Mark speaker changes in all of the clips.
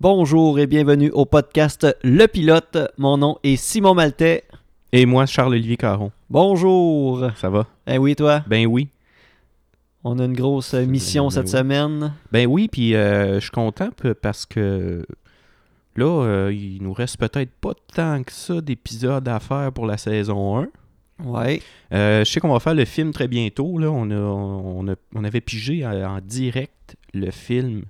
Speaker 1: Bonjour et bienvenue au podcast Le Pilote. Mon nom est Simon Maltais.
Speaker 2: Et moi, Charles-Olivier Caron.
Speaker 1: Bonjour.
Speaker 2: Ça va?
Speaker 1: Eh oui, toi,
Speaker 2: Ben oui.
Speaker 1: on a une grosse mission
Speaker 2: ben
Speaker 1: cette
Speaker 2: oui.
Speaker 1: semaine.
Speaker 2: Ben oui, puis euh, je suis content p- parce que là, euh, il nous reste peut-être pas tant que ça d'épisodes à faire pour la saison 1.
Speaker 1: Ouais.
Speaker 2: Euh, je sais qu'on va faire le film très bientôt. Là. On, a, on, a- on avait pigé en, en direct le film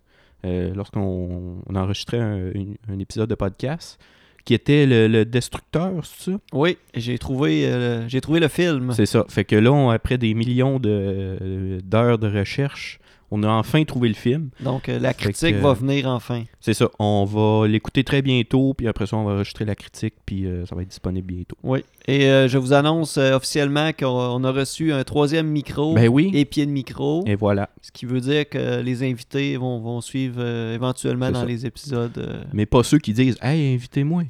Speaker 2: euh, lorsqu'on on enregistrait un, une- un épisode de podcast qui était le, le Destructeur, c'est ça?
Speaker 1: Oui, j'ai trouvé, euh, j'ai trouvé le film.
Speaker 2: C'est ça. Fait que là, on- après des millions de- euh, d'heures de recherche, on a enfin trouvé le film.
Speaker 1: Donc euh, la
Speaker 2: Fait
Speaker 1: critique
Speaker 2: que-
Speaker 1: va venir enfin.
Speaker 2: C'est ça. On va l'écouter très bientôt, puis après ça, on va enregistrer la critique, puis euh, ça va être disponible bientôt.
Speaker 1: Oui. Et euh, je vous annonce euh, officiellement qu'on on a reçu un troisième micro
Speaker 2: Ben oui.
Speaker 1: et pied de micro.
Speaker 2: Et voilà.
Speaker 1: Ce qui veut dire que les invités vont, vont suivre euh, éventuellement
Speaker 2: C'est
Speaker 1: dans
Speaker 2: ça.
Speaker 1: les épisodes. euh.
Speaker 2: Mais pas ceux qui disent Hey, invitez-moi.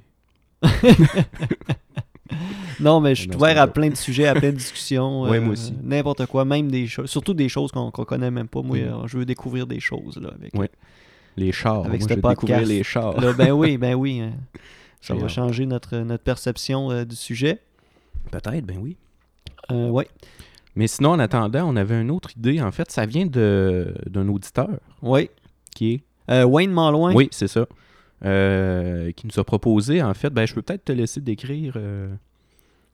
Speaker 1: Non, mais je suis
Speaker 2: Non, c'est
Speaker 1: ouvert
Speaker 2: une
Speaker 1: à
Speaker 2: joke.
Speaker 1: plein de sujets, à plein de discussions. euh,
Speaker 2: Ouais, moi aussi.
Speaker 1: N'importe quoi, même des choses. Surtout des choses qu'on qu'on connaît même pas. Moi,
Speaker 2: Mm.
Speaker 1: euh, je veux découvrir des choses. Là, avec...
Speaker 2: Ouais. Les chars.
Speaker 1: Avec ce
Speaker 2: Moi, je vais
Speaker 1: podcast.
Speaker 2: découvrir les chars.
Speaker 1: Là, ben oui, ben oui. hein. Ça
Speaker 2: J'ai
Speaker 1: va
Speaker 2: hâte.
Speaker 1: changer notre, notre perception euh, du sujet.
Speaker 2: Peut-être, ben oui.
Speaker 1: Euh, oui.
Speaker 2: Mais sinon, en attendant, on avait une autre idée. En fait, ça vient de d'un auditeur
Speaker 1: Oui.
Speaker 2: qui est.
Speaker 1: Euh, Wayne Manloin.
Speaker 2: Oui, c'est ça. Euh, qui nous a proposé, en fait, ben, je peux peut-être te laisser décrire euh,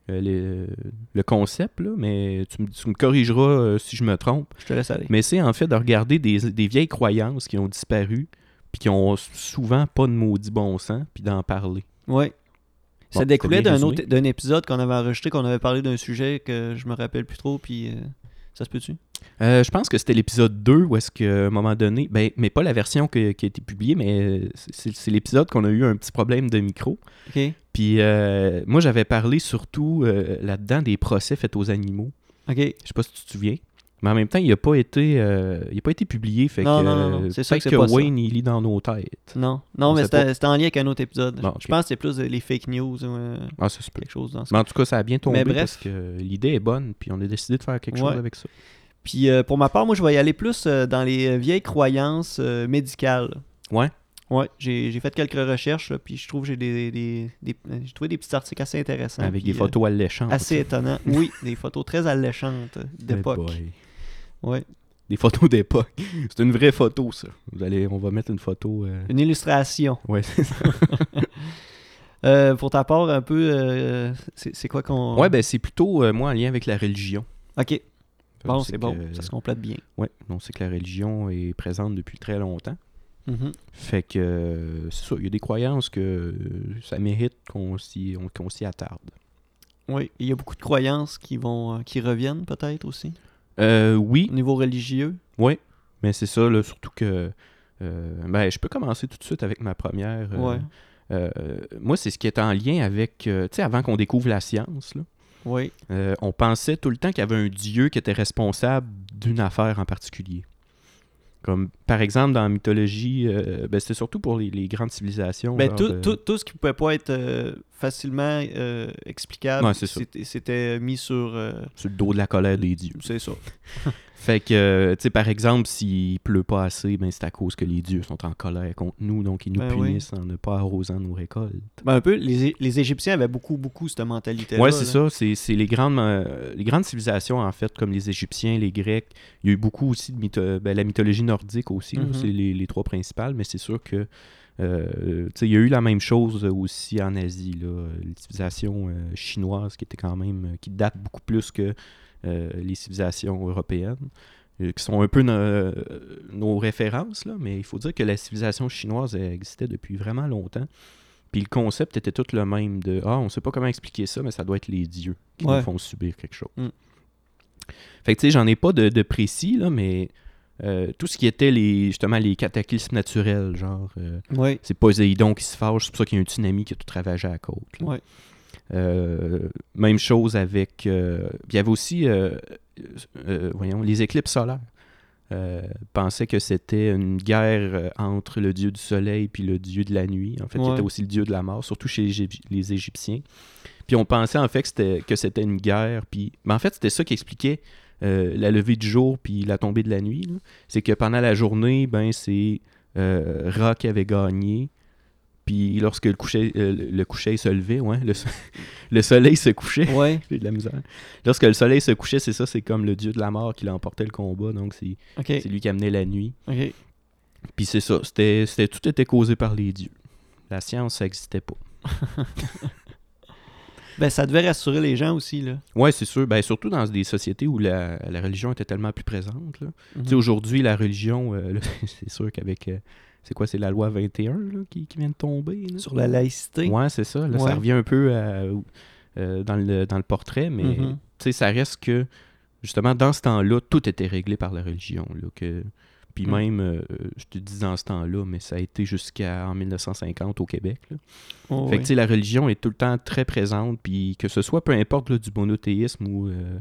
Speaker 2: euh, les- le concept, là, mais tu me, tu me corrigeras euh, si je me trompe.
Speaker 1: Je te laisse aller.
Speaker 2: Mais c'est en fait de regarder des, des vieilles croyances qui ont disparu, puis qui ont souvent pas de maudit bon sens, puis d'en parler.
Speaker 1: Oui.
Speaker 2: Mm. Bon,
Speaker 1: ça découlait
Speaker 2: c'est bien
Speaker 1: d'un
Speaker 2: résumé.
Speaker 1: autre- d'un épisode qu'on avait enregistré, qu'on avait parlé d'un sujet que je me rappelle plus trop, puis euh, ça se peut-tu?
Speaker 2: Euh, je pense que c'était l'épisode 2 où est-ce qu'à un moment donné, ben, mais pas la version que- qui a été publiée, mais euh, c'est c'est l'épisode qu'on a eu un petit problème de micro.
Speaker 1: OK.
Speaker 2: Puis euh, moi, j'avais parlé surtout euh, là-dedans des procès faits aux animaux.
Speaker 1: OK.
Speaker 2: Je sais pas si tu te souviens. Mais en même temps, il n'a pas, été, euh, il a pas été publié. Fait
Speaker 1: Non,
Speaker 2: que,
Speaker 1: non, non, non,
Speaker 2: euh,
Speaker 1: c'est sûr que
Speaker 2: peut-être
Speaker 1: c'est pas ça.
Speaker 2: Wayne, il lit dans nos têtes.
Speaker 1: Non. Non,
Speaker 2: On
Speaker 1: mais
Speaker 2: sait
Speaker 1: c'était
Speaker 2: pas.
Speaker 1: c'était en lien avec un autre épisode.
Speaker 2: Bon,
Speaker 1: Je
Speaker 2: ok.
Speaker 1: pense que c'est plus euh, les fake news ou euh,
Speaker 2: Ah, ça se peut.
Speaker 1: quelque chose dans ce
Speaker 2: Mais en tout cas, ça a bien tombé
Speaker 1: Mais bref.
Speaker 2: parce que l'idée est bonne, puis on a décidé de faire quelque
Speaker 1: Ouais.
Speaker 2: chose avec ça.
Speaker 1: Puis euh, pour ma part, moi, je vais y aller plus euh, dans les euh, vieilles croyances euh, médicales.
Speaker 2: Ouais.
Speaker 1: Ouais, j'ai j'ai fait quelques recherches, là, puis je trouve que j'ai des, des- des- euh, j'ai trouvé des petits articles assez intéressants.
Speaker 2: avec
Speaker 1: puis,
Speaker 2: des photos alléchantes.
Speaker 1: euh, assez étonnants. oui, des photos très alléchantes
Speaker 2: Eh
Speaker 1: d'époque.
Speaker 2: boy.
Speaker 1: Ouais.
Speaker 2: Des photos d'époque. C'est une vraie photo, ça. Vous allez, on va mettre une photo. euh,
Speaker 1: Une illustration.
Speaker 2: Ouais, c'est ça.
Speaker 1: Euh, pour ta part, un peu, euh, c'est c'est quoi qu'on...
Speaker 2: Ouais, ben c'est plutôt, euh, moi, en lien avec la religion.
Speaker 1: OK, bon, c'est
Speaker 2: que-
Speaker 1: bon, ça se complète bien.
Speaker 2: Ouais, on sait que la religion est présente depuis très longtemps.
Speaker 1: Mhm.
Speaker 2: Fait que, euh, c'est ça, il y a des croyances que euh, ça mérite qu'on s'y on- qu'on s'y attarde.
Speaker 1: Oui, il y a beaucoup de croyances qui vont, euh, qui reviennent peut-être aussi,
Speaker 2: Euh, oui,
Speaker 1: au niveau religieux.
Speaker 2: Oui, mais c'est ça, là, surtout que. euh, ben, je peux commencer tout de suite avec ma première. euh,
Speaker 1: Ouais.
Speaker 2: euh, euh, moi, c'est ce qui est en lien avec. euh, tu sais, avant qu'on découvre la science, là,
Speaker 1: Oui,
Speaker 2: euh, on pensait tout le temps qu'il y avait un dieu qui était responsable d'une affaire en particulier. Comme, par exemple, dans la mythologie, euh, ben, c'était surtout pour les, les grandes civilisations.
Speaker 1: Ben,
Speaker 2: genre,
Speaker 1: tout,
Speaker 2: euh,
Speaker 1: tout, tout ce qui pouvait pas être euh, facilement euh, explicable,
Speaker 2: Ouais, c'est ça.
Speaker 1: c'était- c'était mis sur. euh,
Speaker 2: Sur le dos de la colère des dieux.
Speaker 1: c'est ça.
Speaker 2: Fait que, euh, tu sais, par exemple, s'il pleut pas assez, ben, c'est à cause que les dieux sont en colère contre nous, donc ils nous
Speaker 1: Ben oui.
Speaker 2: punissent en ne pas arrosant nos récoltes.
Speaker 1: Ben, un peu, les, les Égyptiens avaient beaucoup, beaucoup cette mentalité-là.
Speaker 2: Oui, c'est
Speaker 1: là.
Speaker 2: ça. C'est c'est les grandes, euh, les grandes civilisations, en fait, comme les Égyptiens, les Grecs. Il y a eu beaucoup aussi de mytho- ben, la mythologie nordique aussi. là,
Speaker 1: Mhm.
Speaker 2: C'est les, les trois principales, mais c'est sûr que. euh, tu sais, il y a eu la même chose aussi en Asie, là, les civilisations euh, chinoises qui était quand même euh, qui datent beaucoup plus que euh, les civilisations européennes, euh, qui sont un peu no- nos références, là, mais il faut dire que la civilisation chinoise elle existait depuis vraiment longtemps. Puis le concept était tout le même de Ah, on sait pas comment expliquer ça, mais ça doit être les dieux qui
Speaker 1: Ouais.
Speaker 2: nous font subir quelque chose.
Speaker 1: Mm.
Speaker 2: Fait que tu sais, j'en ai pas de, de précis, là, mais euh, tout ce qui était les justement les cataclysmes naturels, genre euh,
Speaker 1: Oui,
Speaker 2: c'est Poséidon qui se fâche, c'est pour ça qu'il y a un tsunami qui a tout ravagé à la côte. là.
Speaker 1: Ouais.
Speaker 2: Euh, même chose avec. euh, puis il y avait aussi, euh, euh, voyons, les éclipses solaires. Euh, pensait que c'était une guerre euh, entre le dieu du soleil puis le dieu de la nuit. En fait,
Speaker 1: Ouais.
Speaker 2: il était aussi le dieu de la mort, surtout chez les Égyp- les Égyptiens. Puis on pensait en fait que c'était, que c'était une guerre. Puis... Mais en fait, c'était ça qui expliquait euh, la levée du jour puis la tombée de la nuit. là. C'est que pendant la journée, ben c'est euh, Rock avait gagné. Puis lorsque le coucher, euh, le- le coucher se levait, ouais, le, so- le soleil se couchait.
Speaker 1: Ouais,
Speaker 2: J'ai de la misère. Lorsque le soleil se couchait, c'est ça, c'est comme le dieu de la mort qui l'emportait le combat. Donc c'est
Speaker 1: ok,
Speaker 2: c'est lui qui amenait la nuit.
Speaker 1: ok.
Speaker 2: Puis c'est ça, c'était, c'était- tout était causé par les dieux. La science, ça n'existait pas.
Speaker 1: Ben, ça devait rassurer les gens aussi, là.
Speaker 2: Ouais, c'est sûr. Ben, surtout dans des sociétés où la, la religion était tellement plus présente. là.
Speaker 1: Mhm.
Speaker 2: Tu sais, aujourd'hui, la religion, euh, là, c'est sûr qu'avec. euh, c'est quoi, c'est la loi 21 là, qui, qui vient de tomber? là?
Speaker 1: Sur la laïcité.
Speaker 2: Ouais, c'est ça. Là,
Speaker 1: Ouais.
Speaker 2: Ça revient un peu à- euh, dans, le, dans le portrait, mais
Speaker 1: Mhm.
Speaker 2: tu sais, ça reste que, justement, dans ce temps-là, tout était réglé par la religion. là, que... Puis
Speaker 1: Mm.
Speaker 2: même, euh, je te dis dans ce temps-là, mais ça a été jusqu'à en 1950 au Québec. là.
Speaker 1: Oh,
Speaker 2: fait
Speaker 1: ouais.
Speaker 2: que, tu sais, la religion est tout le temps très présente, puis que ce soit peu importe là, du monothéisme ou euh,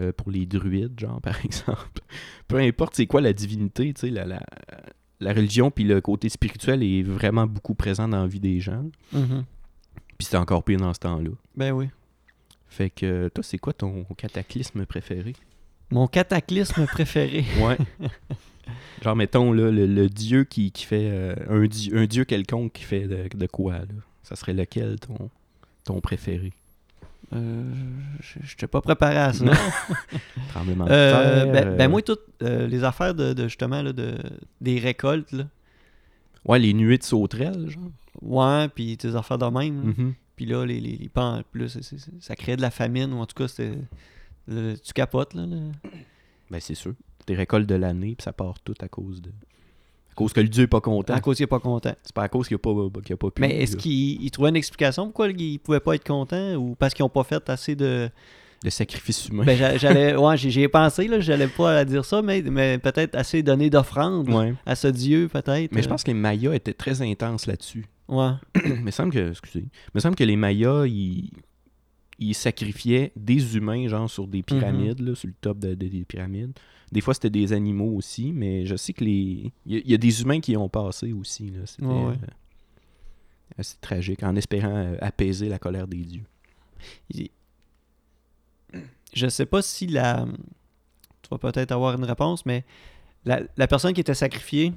Speaker 2: euh, pour les druides, genre, par exemple. peu importe c'est quoi la divinité, tu sais, la, la, la religion, puis le côté spirituel est vraiment beaucoup présent dans la vie des gens.
Speaker 1: Mhm.
Speaker 2: Puis c'était encore pire dans ce temps-là.
Speaker 1: Ben oui.
Speaker 2: Fait que euh, toi, c'est quoi ton cataclysme préféré?
Speaker 1: Mon cataclysme préféré.
Speaker 2: Ouais. Genre, mettons, là, le, le dieu qui, qui fait... euh, un, di- un dieu quelconque qui fait de, de quoi, là? Ça serait lequel, ton, ton préféré?
Speaker 1: Euh, je je t'ai pas préparé à ça.
Speaker 2: Non. Tremblement de
Speaker 1: Euh,
Speaker 2: terre,
Speaker 1: ben,
Speaker 2: euh,
Speaker 1: ben moi, toutes euh, les affaires de, de, justement là, de, des récoltes, là.
Speaker 2: Ouais, les nuées de sauterelles, genre.
Speaker 1: Ouais, puis tes affaires de même. là.
Speaker 2: Mhm.
Speaker 1: Puis là, les, les, les pans, plus, c'est- c'est- c'est- ça crée de la famine, ou en tout cas, c'était. le- tu capotes, là. le-
Speaker 2: Ben, c'est sûr. Des récoltes de l'année, puis ça part tout à cause de... À cause que le dieu est pas content.
Speaker 1: À cause qu'il est pas content.
Speaker 2: C'est pas à cause qu'il a pas, qu'il a pas pu...
Speaker 1: Ah. Mais est-ce
Speaker 2: là.
Speaker 1: qu'il il trouvait une explication pourquoi ils pouvaient pas être contents ou parce qu'ils ont pas fait assez de.
Speaker 2: Le sacrifice humain.
Speaker 1: Ben, j'a- j'allais. Ouais, j'y j'y ai pensé, là. J'allais pas à dire ça, mais, mais peut-être assez donné d'offrandes
Speaker 2: ouais.
Speaker 1: à ce dieu, peut-être.
Speaker 2: Mais je
Speaker 1: euh,
Speaker 2: pense que les Mayas étaient très intenses là-dessus.
Speaker 1: Ouais.
Speaker 2: Mais semble que, excusez, me semble que les Mayas, ils, ils sacrifiaient des humains, genre sur
Speaker 1: Mhm.
Speaker 2: des pyramides, là, sur le top de- de- des pyramides. Des fois, c'était des animaux aussi, mais je sais que les. Il y, a- il y a des humains qui y ont passé aussi. Là. C'était
Speaker 1: Ouais, ouais.
Speaker 2: euh, assez tragique, en espérant euh, apaiser la colère des dieux.
Speaker 1: Il- Je sais pas si la. Tu vas peut-être avoir une réponse, mais la, la personne qui était sacrifiée,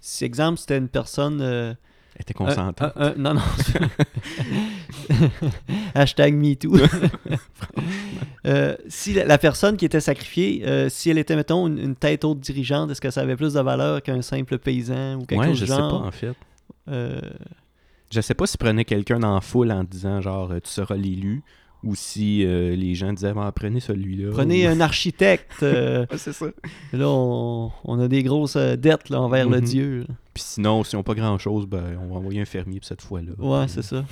Speaker 1: si exemple c'était une personne. euh,
Speaker 2: Elle était consentante.
Speaker 1: un- un- un- non, non. Hashtag MeToo. Euh, si la, la personne qui était sacrifiée, euh, si elle était, mettons, une, une tête haute dirigeante, est-ce que ça avait plus de valeur qu'un simple paysan ou quelque
Speaker 2: ouais,
Speaker 1: chose
Speaker 2: je
Speaker 1: du
Speaker 2: sais pas,
Speaker 1: genre
Speaker 2: en fait.
Speaker 1: Euh,
Speaker 2: Je sais pas s'ils prenaient quelqu'un en foule en disant, genre, euh, tu seras l'élu, ou si euh, les gens disaient, Ah, prenez celui-là.
Speaker 1: Prenez
Speaker 2: ou-
Speaker 1: un architecte. euh,
Speaker 2: Ouais, c'est ça.
Speaker 1: là, on, on a des grosses euh, dettes là, envers le
Speaker 2: Mhm.
Speaker 1: Dieu. là.
Speaker 2: Puis sinon, s'ils n'ont pas grand-chose, ben, on va envoyer un fermier pour cette fois-là.
Speaker 1: Ouais, c'est ça.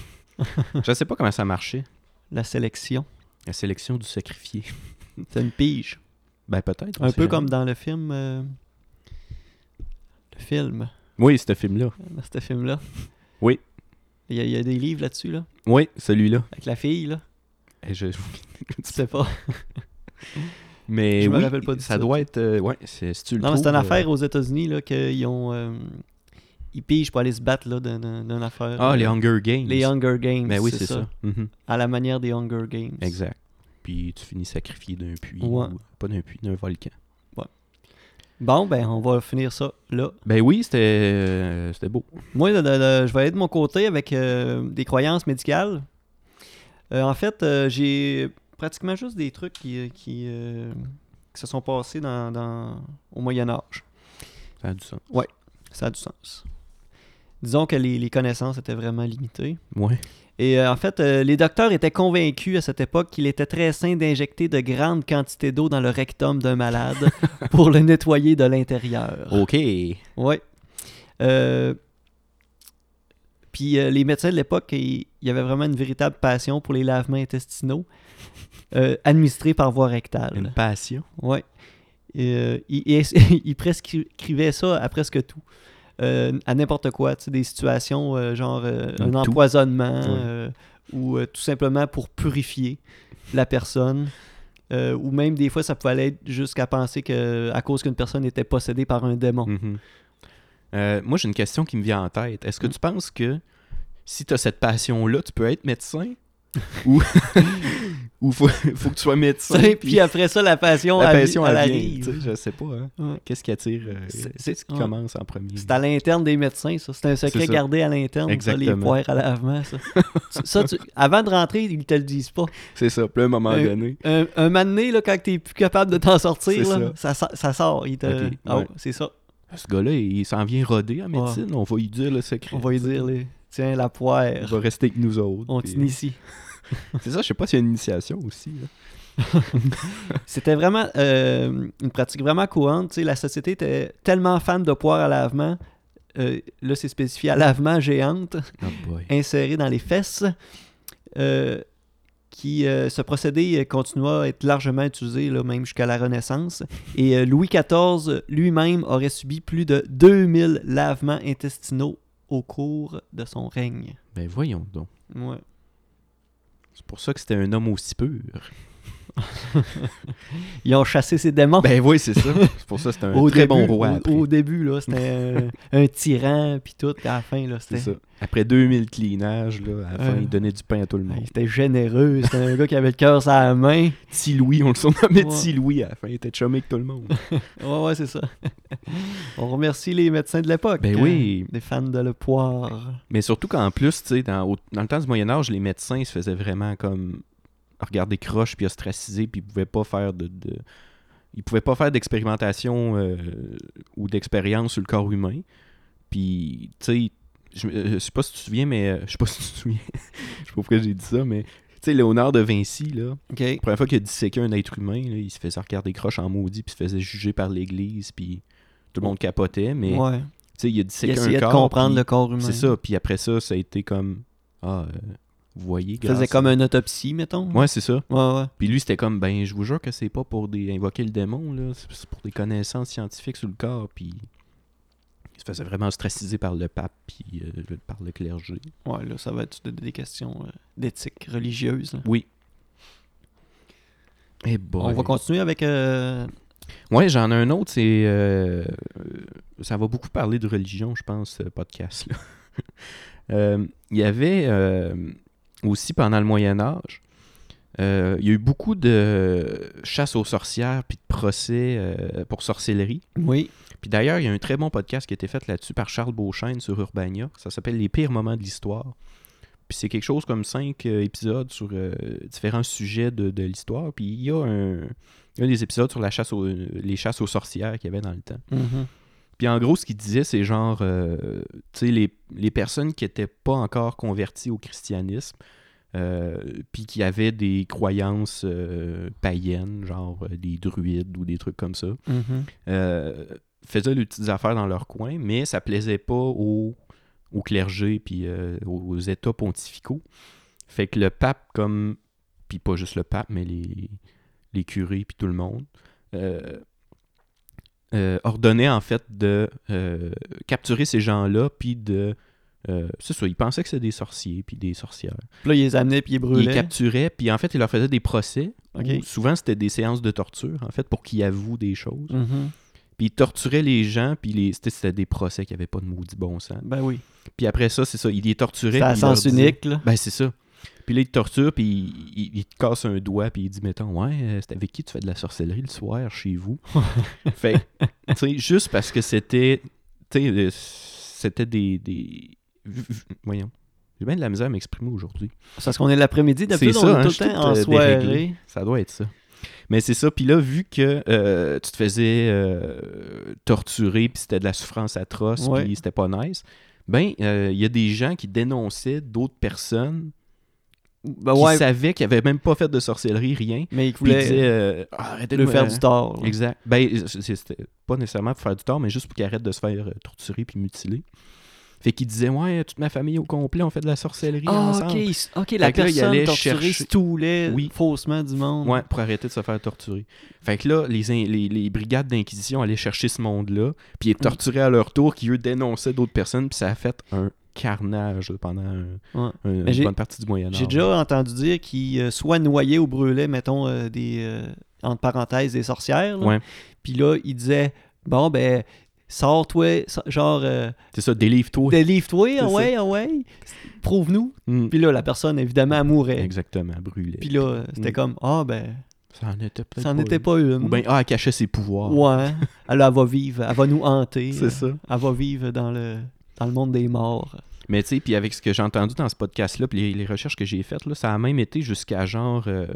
Speaker 2: Je sais pas comment ça marchait,
Speaker 1: La sélection.
Speaker 2: la sélection du sacrifié.
Speaker 1: C'est une pige.
Speaker 2: Ben peut-être. on
Speaker 1: Un
Speaker 2: sait
Speaker 1: peu
Speaker 2: jamais.
Speaker 1: comme dans le film. euh, Le film.
Speaker 2: Oui, ce film-là.
Speaker 1: Dans ce film-là.
Speaker 2: Oui.
Speaker 1: Il y, a, il y a des livres là-dessus, là.
Speaker 2: Oui, celui-là.
Speaker 1: Avec la fille, là.
Speaker 2: Eh, je-
Speaker 1: Tu sais pas.
Speaker 2: Mais
Speaker 1: Je me
Speaker 2: oui,
Speaker 1: rappelle pas du
Speaker 2: ça
Speaker 1: titre.
Speaker 2: doit être... euh, ouais, c'est, si tu le
Speaker 1: Non, mais c'est une
Speaker 2: trouves, euh,
Speaker 1: affaire aux États-Unis, là, qu'ils ont. euh, Ils pigent pour aller se battre, là, d'un- d'un- d'une
Speaker 2: euh,
Speaker 1: affaire.
Speaker 2: Ah,
Speaker 1: euh,
Speaker 2: les Hunger Games.
Speaker 1: Les Hunger Games.
Speaker 2: Ben oui, c'est, ça. Mhm.
Speaker 1: À la manière des Hunger Games.
Speaker 2: Exact. Puis tu finis sacrifié d'un puits.
Speaker 1: Ouais.
Speaker 2: ou- Pas d'un puits, d'un volcan.
Speaker 1: Bon, ben, on va finir ça là.
Speaker 2: Ben oui, c'était, euh, c'était beau.
Speaker 1: Moi, de- de- de- je vais aller de mon côté avec euh, des croyances médicales. Euh, en fait, euh, j'ai pratiquement juste des trucs qui, qui, euh, qui se sont passés dans, dans- au Moyen Âge.
Speaker 2: Ça a du sens.
Speaker 1: Ça a du sens. Disons que les, les connaissances étaient vraiment limitées.
Speaker 2: Ouais.
Speaker 1: Et euh, en fait, euh, les docteurs étaient convaincus à cette époque qu'il était très sain d'injecter de grandes quantités d'eau dans le rectum d'un malade pour le nettoyer de l'intérieur.
Speaker 2: OK.
Speaker 1: Oui. Euh, puis euh, les médecins de l'époque, il il y avait vraiment une véritable passion pour les lavements intestinaux euh, administrés par voie
Speaker 2: Une
Speaker 1: rectale.
Speaker 2: passion.
Speaker 1: Oui. ils euh, il, il prescrivait ça à presque tout. Euh, à n'importe quoi, tu sais, des situations euh, genre euh,
Speaker 2: Un
Speaker 1: un
Speaker 2: tout.
Speaker 1: empoisonnement
Speaker 2: Ouais.
Speaker 1: euh, ou euh, tout simplement pour purifier la personne. Euh, ou même des fois, ça pouvait aller jusqu'à penser que à cause qu'une personne était possédée par un démon.
Speaker 2: Mhm. Euh, moi, j'ai une question qui me vient en tête. Est-ce que
Speaker 1: Mm.
Speaker 2: tu penses que si tu as cette passion-là, tu peux être médecin? ou faut, faut que tu sois médecin.
Speaker 1: puis, après ça, la passion,
Speaker 2: la
Speaker 1: elle-
Speaker 2: passion,
Speaker 1: elle
Speaker 2: elle, vient,
Speaker 1: arrive.
Speaker 2: tu sais, Je sais pas. hein.
Speaker 1: Ouais.
Speaker 2: Qu'est-ce qui attire euh,
Speaker 1: C'est-
Speaker 2: Qu'est-ce qui
Speaker 1: ouais.
Speaker 2: commence en premier
Speaker 1: C'est à l'interne des médecins, ça. C'est un secret
Speaker 2: C'est ça.
Speaker 1: gardé à l'interne, ça, les
Speaker 2: Exactement.
Speaker 1: poires à l'avant, ça. Tu- ça, tu- avant de rentrer, ils te le disent pas.
Speaker 2: C'est ça. Puis là, à un moment
Speaker 1: Euh,
Speaker 2: donné.
Speaker 1: Un, un moment donné, là, quand t'es plus capable de t'en sortir,
Speaker 2: C'est
Speaker 1: là, ça. so- ça sort. Ils te...
Speaker 2: Ok,
Speaker 1: Ah,
Speaker 2: ouais.
Speaker 1: c'est ça.
Speaker 2: Ce gars-là, il s'en vient rodé en médecine. On va lui dire le secret.
Speaker 1: On va lui dire, là, tiens, la
Speaker 2: Il
Speaker 1: poire,
Speaker 2: va rester avec nous autres.
Speaker 1: on
Speaker 2: puis- euh,
Speaker 1: t'initie.
Speaker 2: C'est ça, je sais pas s'il y a une initiation aussi. là.
Speaker 1: C'était vraiment euh, une pratique vraiment courante. tu sais, la société était tellement fan de poires à lavement. euh, là, c'est spécifié à lavement géante,
Speaker 2: Oh boy.
Speaker 1: insérée dans les fesses. euh, qui, euh, ce procédé euh, continua à être largement utilisé, là, même jusqu'à la Renaissance. Et euh, Louis XIV lui-même aurait subi plus de 2000 lavements intestinaux au cours de son règne.
Speaker 2: Ben voyons donc.
Speaker 1: Ouais.
Speaker 2: C'est pour ça que c'était un homme aussi pur.
Speaker 1: Ils ont chassé ses démons.
Speaker 2: Ben oui, c'est ça. C'est pour ça que c'était un
Speaker 1: au
Speaker 2: très
Speaker 1: début,
Speaker 2: bon roi.
Speaker 1: au-
Speaker 2: après.
Speaker 1: Au, début, là, c'était un, un tyran, puis tout. puis À la fin, là,
Speaker 2: C'est
Speaker 1: c'était
Speaker 2: ça. Après 2000 clinages, là, à la fin,
Speaker 1: Euh.
Speaker 2: il donnait du pain à tout le
Speaker 1: Ouais,
Speaker 2: monde.
Speaker 1: c'était généreux. C'était un gars qui avait le cœur sur la main.
Speaker 2: Petit Louis, on le
Speaker 1: Ouais.
Speaker 2: surnommait Petit Louis à la fin. Il était chumé avec tout le monde.
Speaker 1: Ouais, ouais, c'est ça. On remercie les médecins de l'époque.
Speaker 2: Ben
Speaker 1: hein,
Speaker 2: oui.
Speaker 1: Des fans de le poire.
Speaker 2: Mais surtout qu'en plus, tu sais, dans, au- dans le temps du Moyen-Âge, les médecins ils se faisaient vraiment comme regarder croche puis ostraciser, puis ils pouvaient pas faire de. de- Ils pouvaient pas faire d'expérimentation euh, ou d'expérience sur le corps humain. Puis, tu sais, je, me- euh, je sais pas si tu te souviens, mais. euh, Je sais pas si tu te souviens. je sais pas pourquoi j'ai dit ça, mais. Tu sais, Léonard de Vinci, là,
Speaker 1: OK.
Speaker 2: la première fois qu'il a disséqué un être humain, là, il se faisait regarder croche en maudit, puis se faisait juger par l'Église, puis tout le monde capotait, mais
Speaker 1: ouais.
Speaker 2: tu sais, il a
Speaker 1: Il
Speaker 2: disséqué un
Speaker 1: essayait
Speaker 2: corps.
Speaker 1: de comprendre
Speaker 2: puis-
Speaker 1: le corps humain.
Speaker 2: c'est ça. Puis après ça, ça a été comme. Ah, euh, vous voyez,
Speaker 1: Il faisait
Speaker 2: grâce-
Speaker 1: comme une autopsie, mettons.
Speaker 2: Ouais, c'est ça.
Speaker 1: Ouais, ouais.
Speaker 2: Puis lui, c'était comme, ben, je vous jure que c'est pas pour des... invoquer le démon, là. C'est c'est pour des connaissances scientifiques sur le corps. Puis il se faisait vraiment ostraciser par le pape, puis euh, par le clergé.
Speaker 1: Ouais, là, ça va être des- des questions euh, d'éthique religieuse. là.
Speaker 2: Oui.
Speaker 1: Eh
Speaker 2: Et bon.
Speaker 1: On va continuer avec. euh,
Speaker 2: Ouais, j'en ai un autre, c'est. euh, euh, ça va beaucoup parler de religion, je pense, ce podcast-là. Euh, Il y avait euh, aussi pendant le Moyen-Âge, il y a eu beaucoup de chasse aux sorcières puis de procès euh, pour sorcellerie.
Speaker 1: Oui.
Speaker 2: Puis d'ailleurs, il y a un très bon podcast qui a été fait là-dessus par Charles Beauchesne sur Urbania. Ça s'appelle Les pires moments de l'histoire. Puis c'est quelque chose comme cinq euh, épisodes sur euh, différents sujets de, de l'histoire. Puis il y a un, il y a des épisodes sur la chasse aux, les chasses aux sorcières qu'il y avait dans le temps.
Speaker 1: Mhm.
Speaker 2: Puis en gros, ce qu'il disait, c'est genre, euh, tu sais, les, les personnes qui n'étaient pas encore converties au christianisme, euh, puis qui avaient des croyances euh, païennes, genre euh, des druides ou des trucs comme ça,
Speaker 1: Mhm.
Speaker 2: euh, faisaient leurs petites affaires dans leur coin, mais ça plaisait pas au, au clergé puis euh, aux états pontificaux. Fait que le pape, comme puis pas juste le pape, mais les, les curés puis tout le monde, euh, euh, ordonnait en fait de euh, capturer ces gens-là puis de euh, c'est ça, ils pensaient que c'était des sorciers puis des sorcières.
Speaker 1: Puis là, il les amenait puis il
Speaker 2: Ils
Speaker 1: brûlait.
Speaker 2: capturaient puis en fait ils leur faisaient des procès.
Speaker 1: OK.
Speaker 2: où Souvent c'était des séances de torture en fait pour qu'ils avouent des choses.
Speaker 1: Mhm.
Speaker 2: Puis ils torturaient les gens, puis les... c'était c'était des procès qui n'avaient pas de maudit bon sens.
Speaker 1: Ben oui.
Speaker 2: Puis après ça, c'est ça, ils les torturaient.
Speaker 1: C'est à
Speaker 2: puis ils leur
Speaker 1: sens
Speaker 2: disaient-
Speaker 1: unique, là.
Speaker 2: Ben c'est ça. Puis là, ils te torturent, puis ils ils- ils te cassent un doigt, puis ils disent, mettons, ouais, euh, c'est avec qui tu fais de la sorcellerie le soir chez vous? fait, que, tu sais, juste parce que c'était, tu sais, euh, c'était des, des... Voyons. J'ai bien de la misère à m'exprimer aujourd'hui.
Speaker 1: C'est parce qu'on est l'après-midi, d'habitude,
Speaker 2: C'est
Speaker 1: on
Speaker 2: ça,
Speaker 1: est
Speaker 2: hein,
Speaker 1: tout
Speaker 2: je suis
Speaker 1: le temps
Speaker 2: tout,
Speaker 1: en
Speaker 2: euh,
Speaker 1: soirée.
Speaker 2: déréglé. Ça doit être ça. Mais c'est ça. Puis là, vu que euh, tu te faisais euh, torturer, puis c'était de la souffrance atroce,
Speaker 1: Ouais.
Speaker 2: puis c'était pas nice, ben, euh, il y a des gens qui dénonçaient d'autres personnes
Speaker 1: Ben
Speaker 2: qui
Speaker 1: ouais,
Speaker 2: savaient qu'ils n'avaient même pas fait de sorcellerie, rien.
Speaker 1: mais il
Speaker 2: Puis ils disaient,
Speaker 1: voulait
Speaker 2: euh, arrêtez de
Speaker 1: le
Speaker 2: me-
Speaker 1: faire du tort. là.
Speaker 2: Exact. Ben, c'est- c'était pas nécessairement pour faire du tort, mais juste pour qu'ils arrêtent de se faire euh, torturer puis mutiler. Fait qu'ils disaient, ouais, toute ma famille au complet, on fait de la sorcellerie
Speaker 1: Ah,
Speaker 2: ensemble.
Speaker 1: ok, s- ok, la
Speaker 2: Fait que là, il
Speaker 1: personne
Speaker 2: allait
Speaker 1: torturée
Speaker 2: chercher-
Speaker 1: stoulait
Speaker 2: Oui.
Speaker 1: faussement du monde.
Speaker 2: Ouais, pour arrêter de se faire torturer. Fait que là, les, in- les, les brigades d'inquisition allaient chercher ce monde-là, puis ils torturaient à leur tour, qui eux dénonçaient d'autres personnes, puis ça a fait un carnage pendant un-
Speaker 1: Ouais.
Speaker 2: un-
Speaker 1: Mais j'ai-
Speaker 2: une bonne partie du Moyen-Âge.
Speaker 1: J'ai déjà entendu dire qu'ils euh, soit noyaient ou brûlaient, mettons, euh, des, euh, entre parenthèses, des sorcières. là.
Speaker 2: Ouais.
Speaker 1: Puis là, ils disaient, bon, ben, sors-toi, so- genre, euh,
Speaker 2: C'est ça, délivre-toi.
Speaker 1: délivre-toi,
Speaker 2: ça.
Speaker 1: ah ouais, ah ouais, prouve-nous.
Speaker 2: Mm.
Speaker 1: Puis là, la personne, évidemment, elle mourait.
Speaker 2: Exactement, brûlé.
Speaker 1: Puis là, c'était
Speaker 2: Mm.
Speaker 1: comme, ah ben,
Speaker 2: ça en était peut-être
Speaker 1: ça n'en était pas une.
Speaker 2: Ou bien, ah, elle cachait ses pouvoirs.
Speaker 1: Ouais. Alors, elle va vivre, elle va nous hanter.
Speaker 2: C'est ça.
Speaker 1: Elle va vivre dans le, dans le monde des morts.
Speaker 2: Mais tu sais, puis avec ce que j'ai entendu dans ce podcast-là, puis les, les recherches que j'ai faites, là, ça a même été jusqu'à genre, euh,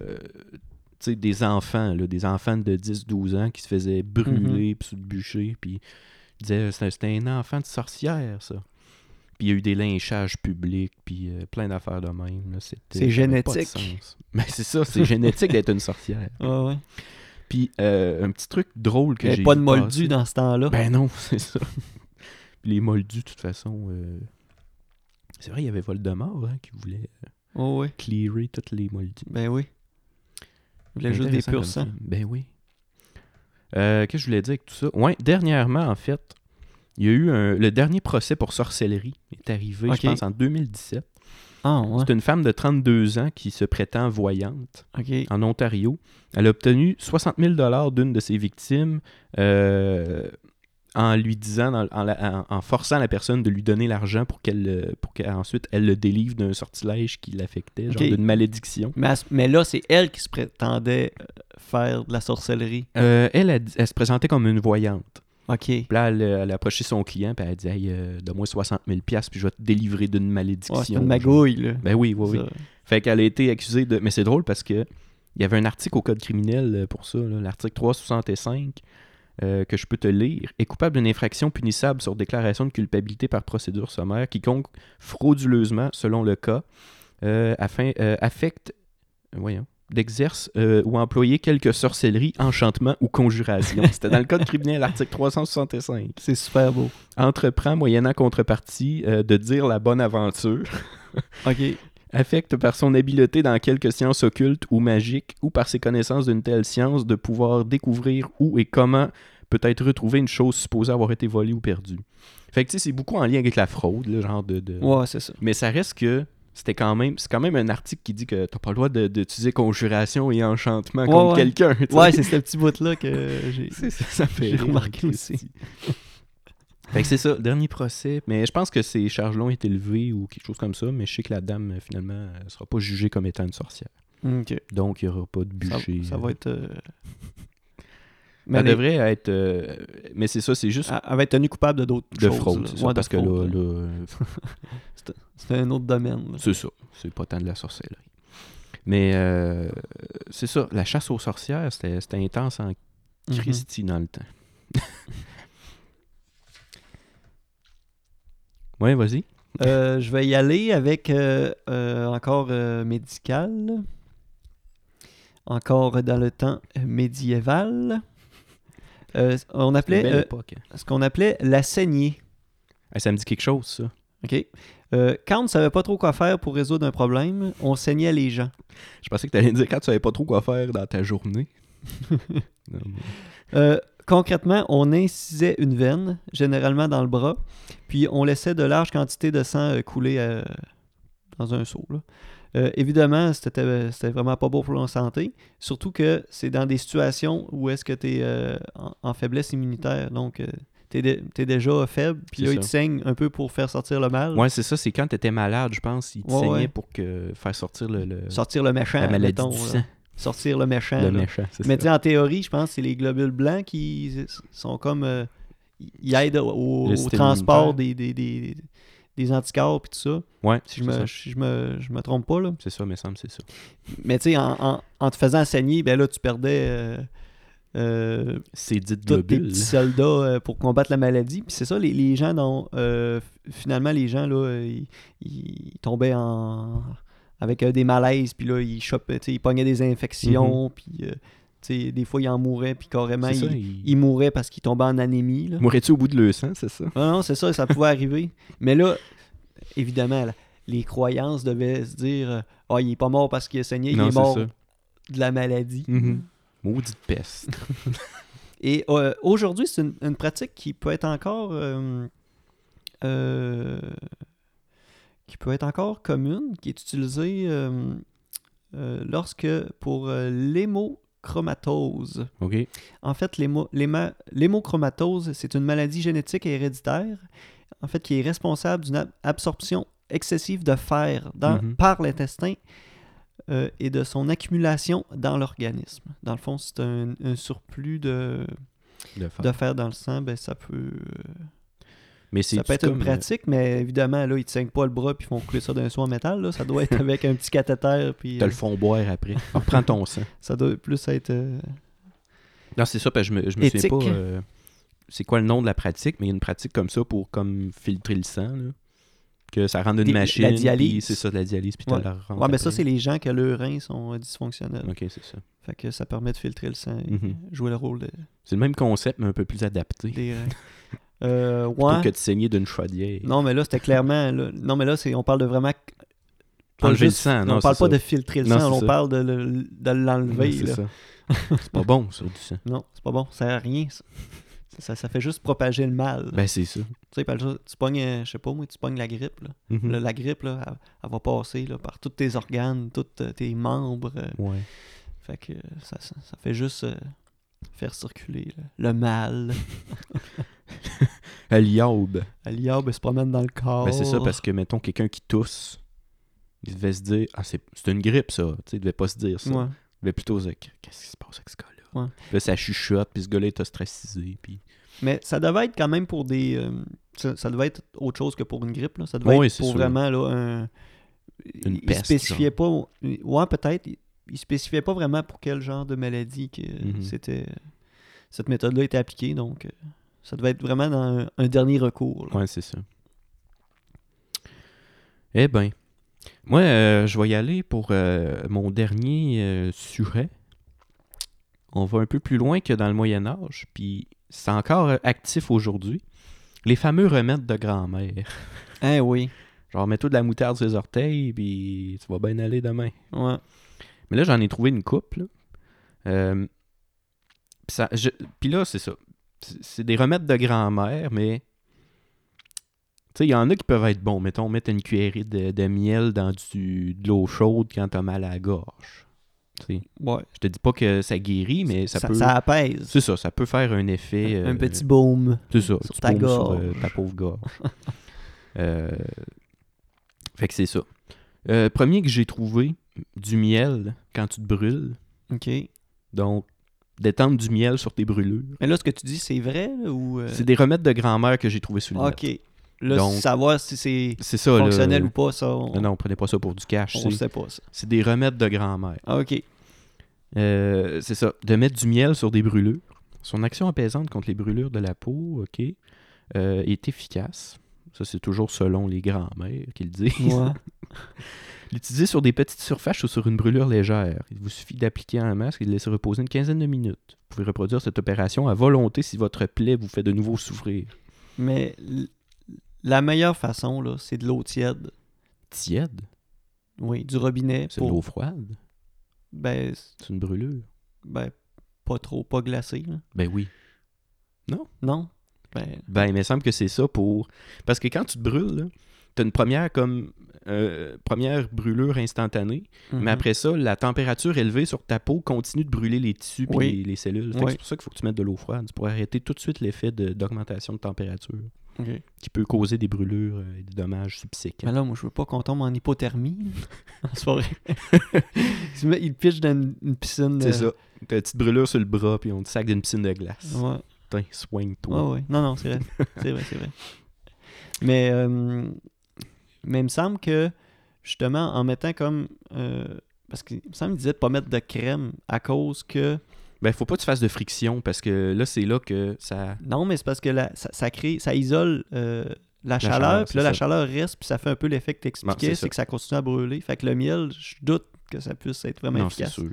Speaker 2: tu sais, des enfants, là, des enfants de 10-12 ans qui se faisaient brûler,
Speaker 1: Mhm.
Speaker 2: puis sous le bûcher, puis ils disaient, c'était c'était un enfant de sorcière, ça. Puis il y a eu des lynchages publics, puis euh, plein d'affaires de même. là, c'était-
Speaker 1: C'est
Speaker 2: ça avait pas de
Speaker 1: génétique.
Speaker 2: sens. Mais c'est ça, c'est génétique d'être une sorcière.
Speaker 1: Ouais, ouais.
Speaker 2: Puis euh, un petit truc drôle que
Speaker 1: Il n'y
Speaker 2: j'ai
Speaker 1: avait pas de
Speaker 2: vu
Speaker 1: moldu
Speaker 2: passer.
Speaker 1: dans ce temps-là.
Speaker 2: Ben non, c'est ça. Puis les moldus, de toute façon. euh, C'est vrai, il y avait Voldemort hein, qui voulait
Speaker 1: Oh, oui.
Speaker 2: clearer toutes les moldus.
Speaker 1: Ben oui. Il voulait juste des
Speaker 2: Intéressant comme
Speaker 1: purs sangs.
Speaker 2: film. Ben oui. Euh, Qu'est-ce que je voulais dire avec tout ça? Ouais, dernièrement, en fait, il y a eu un... le dernier procès pour sorcellerie est arrivé,
Speaker 1: Ok.
Speaker 2: je pense, en 2017.
Speaker 1: Ah, ouais.
Speaker 2: C'est une femme de 32 ans qui se prétend voyante
Speaker 1: Ok.
Speaker 2: en Ontario. Elle a obtenu 60 000 d'une de ses victimes euh, en lui disant, dans- en, la- en- en forçant la personne de lui donner l'argent pour qu'elle le- pour qu'ensuite elle le délivre d'un sortilège qui l'affectait, genre
Speaker 1: Ok.
Speaker 2: d'une malédiction.
Speaker 1: Mais, elle se- mais là, c'est elle qui se prétendait euh, faire de la sorcellerie.
Speaker 2: Euh, elle, elle, elle se présentait comme une voyante.
Speaker 1: Ok.
Speaker 2: Puis là, elle, elle approchait son client puis elle dit Hey, euh, donne-moi 60 000 puis je vais te délivrer d'une malédiction.
Speaker 1: Ouais, c'est une magouille, là.
Speaker 2: Ben oui, oui, oui.
Speaker 1: Ça.
Speaker 2: Fait qu'elle a été accusée de. Mais c'est drôle parce que il y avait un article au code criminel euh, pour ça, là, l'article 365, euh, que je peux te lire. Est coupable d'une infraction punissable sur déclaration de culpabilité par procédure sommaire, quiconque frauduleusement, selon le cas, euh, afin, euh, affecte. Voyons. D'exerce euh, ou employer quelque sorcellerie, enchantement ou conjuration. C'était dans le code criminel, l'article 365
Speaker 1: C'est super beau.
Speaker 2: entreprend, moyennant contrepartie, euh, de dire la bonne aventure,
Speaker 1: Ok.
Speaker 2: Euh, affecte par son habileté dans quelque science occulte ou magique, ou par ses connaissances d'une telle science, de pouvoir découvrir où et comment peut-être retrouver une chose supposée avoir été volée ou perdue. Fait que tu sais, c'est beaucoup en lien avec la fraude, le genre de... de-
Speaker 1: Ouais, c'est ça.
Speaker 2: Mais ça reste que... C'était quand même, c'est quand même un article qui dit que t'as pas le droit de- d'utiliser conjuration et enchantement
Speaker 1: Ouais,
Speaker 2: contre
Speaker 1: ouais.
Speaker 2: quelqu'un. tu sais.
Speaker 1: Ouais, c'est ce petit bout-là que j'ai.
Speaker 2: C'est ça, ça fait
Speaker 1: J'ai
Speaker 2: rire,
Speaker 1: remarqué
Speaker 2: en
Speaker 1: aussi.
Speaker 2: Christie. fait que c'est ça, dernier procès. Mais je pense que ces charges-là ont été levées ou quelque chose comme ça, mais je sais que la dame, euh, finalement, euh, sera pas jugée comme étant une sorcière.
Speaker 1: Ok.
Speaker 2: Donc, il n'y aura pas de
Speaker 1: Ça,
Speaker 2: bûcher.
Speaker 1: ça va être. euh,
Speaker 2: Elle
Speaker 1: mané-
Speaker 2: devrait être... euh, Mais c'est ça, c'est juste
Speaker 1: elle- elle va être tenue coupable de d'autres
Speaker 2: de
Speaker 1: choses,
Speaker 2: fraude.
Speaker 1: Ah, là.
Speaker 2: c'est ça,
Speaker 1: Ouais, de
Speaker 2: parce que là,
Speaker 1: fraude, là.
Speaker 2: là, euh,
Speaker 1: C'est un autre domaine. là.
Speaker 2: c'est ça. C'est pas tant de la sorcellerie. Mais euh, c'est ça, la chasse aux sorcières, c'était c'était intense en
Speaker 1: Mhm.
Speaker 2: Christie dans le temps. ouais, vas-y.
Speaker 1: Euh, je vais y aller avec euh, euh, encore euh, médical. Encore dans le temps euh, médiéval. Euh, on appelait
Speaker 2: Belle
Speaker 1: euh,
Speaker 2: époque.
Speaker 1: ce qu'on appelait la saignée.
Speaker 2: Ah, ça me dit quelque chose, ça.
Speaker 1: OK? Euh, quand on ne savait pas trop quoi faire pour résoudre un problème, on saignait les gens.
Speaker 2: Je pensais que t'allais dire quand tu savais pas trop quoi faire dans ta journée. Non, mais-
Speaker 1: Euh, concrètement, on incisait une veine, généralement dans le bras, puis on laissait de larges quantités de sang euh, couler euh, dans un seau. là. Euh, évidemment, c'était euh, c'était vraiment pas beau pour la santé, surtout que c'est dans des situations où est-ce que tu es en, en faiblesse immunitaire, donc euh, tu es, déjà faible, puis
Speaker 2: C'est
Speaker 1: là,
Speaker 2: ça.
Speaker 1: ils te saignent un peu pour faire sortir le mal,
Speaker 2: Ouais, c'est ça, c'est quand t'étais malade, je pense. Ils te
Speaker 1: Ouais,
Speaker 2: saignaient
Speaker 1: ouais.
Speaker 2: pour que... faire sortir le, le-
Speaker 1: sortir le méchant,
Speaker 2: la maladie
Speaker 1: mettons,
Speaker 2: du
Speaker 1: là.
Speaker 2: sang,
Speaker 1: sortir le méchant.
Speaker 2: le
Speaker 1: là.
Speaker 2: méchant. c'est
Speaker 1: Mais
Speaker 2: ça.
Speaker 1: tu sais, en théorie, je pense que c'est les globules blancs qui s- sont comme. euh, ils aident au- au,
Speaker 2: Le
Speaker 1: au
Speaker 2: système
Speaker 1: transport des, des, des, des anticorps et tout ça.
Speaker 2: Ouais,
Speaker 1: Si je
Speaker 2: c'est
Speaker 1: me,
Speaker 2: ça.
Speaker 1: si je me, je me trompe pas, là.
Speaker 2: C'est ça, me semble, c'est ça.
Speaker 1: Mais tu sais, en, en, en te faisant saigner, ben là, tu perdais. euh, euh,
Speaker 2: C'est dit
Speaker 1: tous tes
Speaker 2: globule.
Speaker 1: petits soldats euh, pour combattre la maladie. Puis c'est ça, les, les gens dont euh, f- finalement les gens là, euh, ils, ils tombaient en avec euh, des malaises, puis là, ils chopaient, tu sais, ils pognaient des infections, puis euh, tu sais, des fois ils en mouraient, puis carrément
Speaker 2: Mm-hmm. C'est ça,
Speaker 1: ils,
Speaker 2: ils-
Speaker 1: ils mouraient parce qu'ils tombaient en anémie. Là. Ah
Speaker 2: Mourrais-tu au bout de le sang, c'est ça?
Speaker 1: Non, non, c'est ça, ça pouvait arriver. Mais là, évidemment, là, les croyances devaient se dire euh, Ah, il est pas mort parce qu'il a saigné, il
Speaker 2: non,
Speaker 1: est mort
Speaker 2: c'est ça.
Speaker 1: de la maladie.
Speaker 2: Mhm. Maudite peste.
Speaker 1: Et euh, aujourd'hui, c'est une, une pratique qui peut être encore euh, euh, qui peut être encore commune, qui est utilisée euh, euh, lorsque pour euh, l'hémochondrie l'hémochromatose.
Speaker 2: OK.
Speaker 1: En fait, l'hémo- l'héma- l'hémochromatose, c'est une maladie génétique et héréditaire, en fait, qui est responsable d'une ab- absorption excessive de fer dans-
Speaker 2: Mhm.
Speaker 1: par l'intestin euh, et de son accumulation dans l'organisme. Dans le fond, c'est un, un surplus de,
Speaker 2: de faire.
Speaker 1: de fer dans le sang, ben, ça peut, euh,
Speaker 2: Mais c'est
Speaker 1: ça peut être une pratique,
Speaker 2: euh,
Speaker 1: mais évidemment, là, ils te saignent pas le bras puis ils font couler ça d'un seau en métal. là. Ça doit être avec un petit cathéter, puis
Speaker 2: Tu
Speaker 1: euh,
Speaker 2: le font boire après. Reprends ton sang.
Speaker 1: ça doit plus être... euh,
Speaker 2: Non, c'est ça, parce que je me, je me souviens
Speaker 1: Éthique.
Speaker 2: pas euh, c'est quoi le nom de la pratique, mais il y a une pratique comme ça pour comme filtrer le sang. là. Que ça rentre une
Speaker 1: Des- la
Speaker 2: machine.
Speaker 1: dialyse.
Speaker 2: puis C'est ça, de la dialyse. Puis tu
Speaker 1: Ouais.
Speaker 2: la rentres
Speaker 1: Ouais, mais ça,
Speaker 2: après.
Speaker 1: c'est les gens que leurs reins sont euh, dysfonctionnels.
Speaker 2: Ok, c'est ça.
Speaker 1: Fait que ça permet de filtrer le sang et
Speaker 2: Mhm.
Speaker 1: jouer le rôle de-
Speaker 2: C'est le même concept, mais un peu plus adapté.
Speaker 1: des reins. Euh,
Speaker 2: Plutôt
Speaker 1: ouais.
Speaker 2: que de saigner d'une chaudière.
Speaker 1: Non, mais là, c'était clairement. là- Non, mais là, c'est... on parle de vraiment. Pas
Speaker 2: Enlever
Speaker 1: juste-
Speaker 2: le sang, non,
Speaker 1: on parle
Speaker 2: c'est
Speaker 1: pas
Speaker 2: ça.
Speaker 1: de filtrer le
Speaker 2: Non,
Speaker 1: sang,
Speaker 2: c'est
Speaker 1: on
Speaker 2: ça.
Speaker 1: parle de, le- de l'enlever.
Speaker 2: Ouais, c'est
Speaker 1: là.
Speaker 2: ça. c'est pas bon, ça, du sang.
Speaker 1: Non, c'est pas bon, ça sert à rien. Ça. Ça, ça fait juste propager le mal.
Speaker 2: Ben, c'est ça.
Speaker 1: Tu sais, par exemple, tu pognes, euh, je sais pas moi, tu pognes la grippe. Là.
Speaker 2: Mhm.
Speaker 1: Là, la grippe, là, elle, elle va passer là, par tous tes organes, tous euh, tes membres. euh,
Speaker 2: Ouais.
Speaker 1: Fait que euh, ça, ça, ça fait juste euh, faire circuler le, le mal. Euh,
Speaker 2: À l'aube.
Speaker 1: À L'IAB elle se promène dans le corps.
Speaker 2: Ben, c'est ça, parce que, mettons, quelqu'un qui tousse, il devait se dire Ah, c'est c'est une grippe, ça. Tu sais, il devait pas se dire ça.
Speaker 1: Ouais.
Speaker 2: Il devait plutôt se dire Qu'est-ce qui se passe avec ce gars-là
Speaker 1: Ouais.
Speaker 2: Là, ça chuchote, puis ce gars-là, il t'a stressé. Puis...
Speaker 1: Mais ça devait être quand même pour des. euh, ça, ça devait être autre chose que pour une grippe. Là. Ça devait
Speaker 2: Oui,
Speaker 1: être
Speaker 2: c'est
Speaker 1: pour
Speaker 2: sûr.
Speaker 1: vraiment là, un.
Speaker 2: Une
Speaker 1: il
Speaker 2: peste,
Speaker 1: spécifiait pas. Ouais, peut-être. Il, il spécifiait pas vraiment pour quel genre de maladie que
Speaker 2: Mhm.
Speaker 1: c'était. Cette méthode-là était appliquée. Donc, euh, ça devait être vraiment dans un, un dernier recours. là.
Speaker 2: Ouais, c'est ça. Eh ben, moi, euh, je vais y aller pour euh, mon dernier euh, sujet. On va un peu plus loin que dans le Moyen Âge, puis c'est encore euh, actif aujourd'hui. Les fameux remèdes de grand-mère.
Speaker 1: Eh oui.
Speaker 2: Genre, mets-toi de la moutarde sur les orteils, puis tu vas bien aller demain.
Speaker 1: Ouais.
Speaker 2: Mais là, j'en ai trouvé une couple. là. Euh, pis ça- je- Puis là, c'est ça. C'est- C'est des remèdes de grand-mère, mais. Tu sais, il y en a qui peuvent être bons. Mettons, mettre une cuillerée de, de miel dans du, de l'eau chaude quand t'as mal à la gorge. Tu sais,
Speaker 1: Ouais.
Speaker 2: je te dis pas que ça guérit, mais ça, peut.
Speaker 1: apaise.
Speaker 2: C'est ça, ça peut faire un effet.
Speaker 1: un
Speaker 2: euh,
Speaker 1: petit baume.
Speaker 2: c'est ça.
Speaker 1: Sur
Speaker 2: tu
Speaker 1: ta
Speaker 2: paumes
Speaker 1: gorge.
Speaker 2: euh, ta pauvre gorge. Euh, fait que c'est ça. Euh, premier que j'ai trouvé, du miel quand tu te brûles.
Speaker 1: OK.
Speaker 2: Donc, d'étendre du miel sur tes brûlures.
Speaker 1: Mais là, ce que tu dis, c'est vrai là, ou. euh,
Speaker 2: C'est des remèdes de grand-mère que j'ai trouvé sur le net.
Speaker 1: OK. Là,
Speaker 2: Donc-
Speaker 1: savoir si c'est
Speaker 2: C'est ça, là.
Speaker 1: fonctionnel ou pas, ça, on
Speaker 2: Non, non, prenez pas ça pour du cash.
Speaker 1: ne
Speaker 2: c'est-
Speaker 1: sait pas ça.
Speaker 2: C'est des remèdes de grand-mère.
Speaker 1: Ah, OK.
Speaker 2: Euh, c'est ça, de mettre du miel sur des brûlures. Son action apaisante contre les brûlures de la peau, OK, euh, est efficace. Ça, c'est toujours selon les grand-mères qui le disent.
Speaker 1: Ouais.
Speaker 2: L'utiliser sur des petites surfaces ou sur une brûlure légère. Il vous suffit d'appliquer un masque et de laisser reposer une quinzaine de minutes. Vous pouvez reproduire cette opération à volonté si votre plaie vous fait de nouveau souffrir.
Speaker 1: Mais l- la meilleure façon, là, c'est de l'eau tiède.
Speaker 2: Tiède?
Speaker 1: Oui, du robinet.
Speaker 2: C'est de l'eau
Speaker 1: Pour,
Speaker 2: froide.
Speaker 1: ben, c-
Speaker 2: C'est une brûlure.
Speaker 1: ben, pas trop, pas glacé. là.
Speaker 2: Ben oui.
Speaker 1: Non? Ben,
Speaker 2: Ben, il me semble que c'est ça pour. Parce que quand tu te brûles, là, t'as une première comme euh, première brûlure instantanée, mais
Speaker 1: mhm.
Speaker 2: après ça, la température élevée sur ta peau continue de brûler les tissus et
Speaker 1: Oui.
Speaker 2: les, les cellules. Fait que
Speaker 1: Oui.
Speaker 2: C'est pour ça qu'il faut que tu mettes de l'eau froide. C'est pour arrêter tout de suite l'effet de- d'augmentation de température
Speaker 1: OK.
Speaker 2: qui peut causer des brûlures euh, et des dommages subséquents.
Speaker 1: Mais là, moi, je veux pas qu'on tombe en hypothermie en soirée. il, se met- il pitche dans une, une piscine.
Speaker 2: C'est
Speaker 1: euh,
Speaker 2: ça. T'as une petite brûlure sur le bras, puis on te sac d'une piscine de glace.
Speaker 1: Ouais.
Speaker 2: Putain, soigne-toi.
Speaker 1: Ouais, ouais. Non, non, c'est vrai. c'est vrai, c'est vrai. Mais, euh, mais il me semble que, justement, en mettant comme. euh, parce qu'il me semble qu'il disait de pas mettre de crème à cause que.
Speaker 2: Ben, faut pas que tu fasses de friction, parce que là, c'est là que ça.
Speaker 1: Non, mais c'est parce que la- ça, ça crée, ça isole euh, la, chaleur,
Speaker 2: chaleur,
Speaker 1: puis là,
Speaker 2: c'est
Speaker 1: la
Speaker 2: ça.
Speaker 1: chaleur reste, puis ça fait un peu l'effet que tu
Speaker 2: Bon, c'est
Speaker 1: expliquais,
Speaker 2: ça.
Speaker 1: c'est que ça continue à brûler. Fait que le miel, je doute que ça puisse être vraiment
Speaker 2: Non, c'est
Speaker 1: efficace.
Speaker 2: sûr.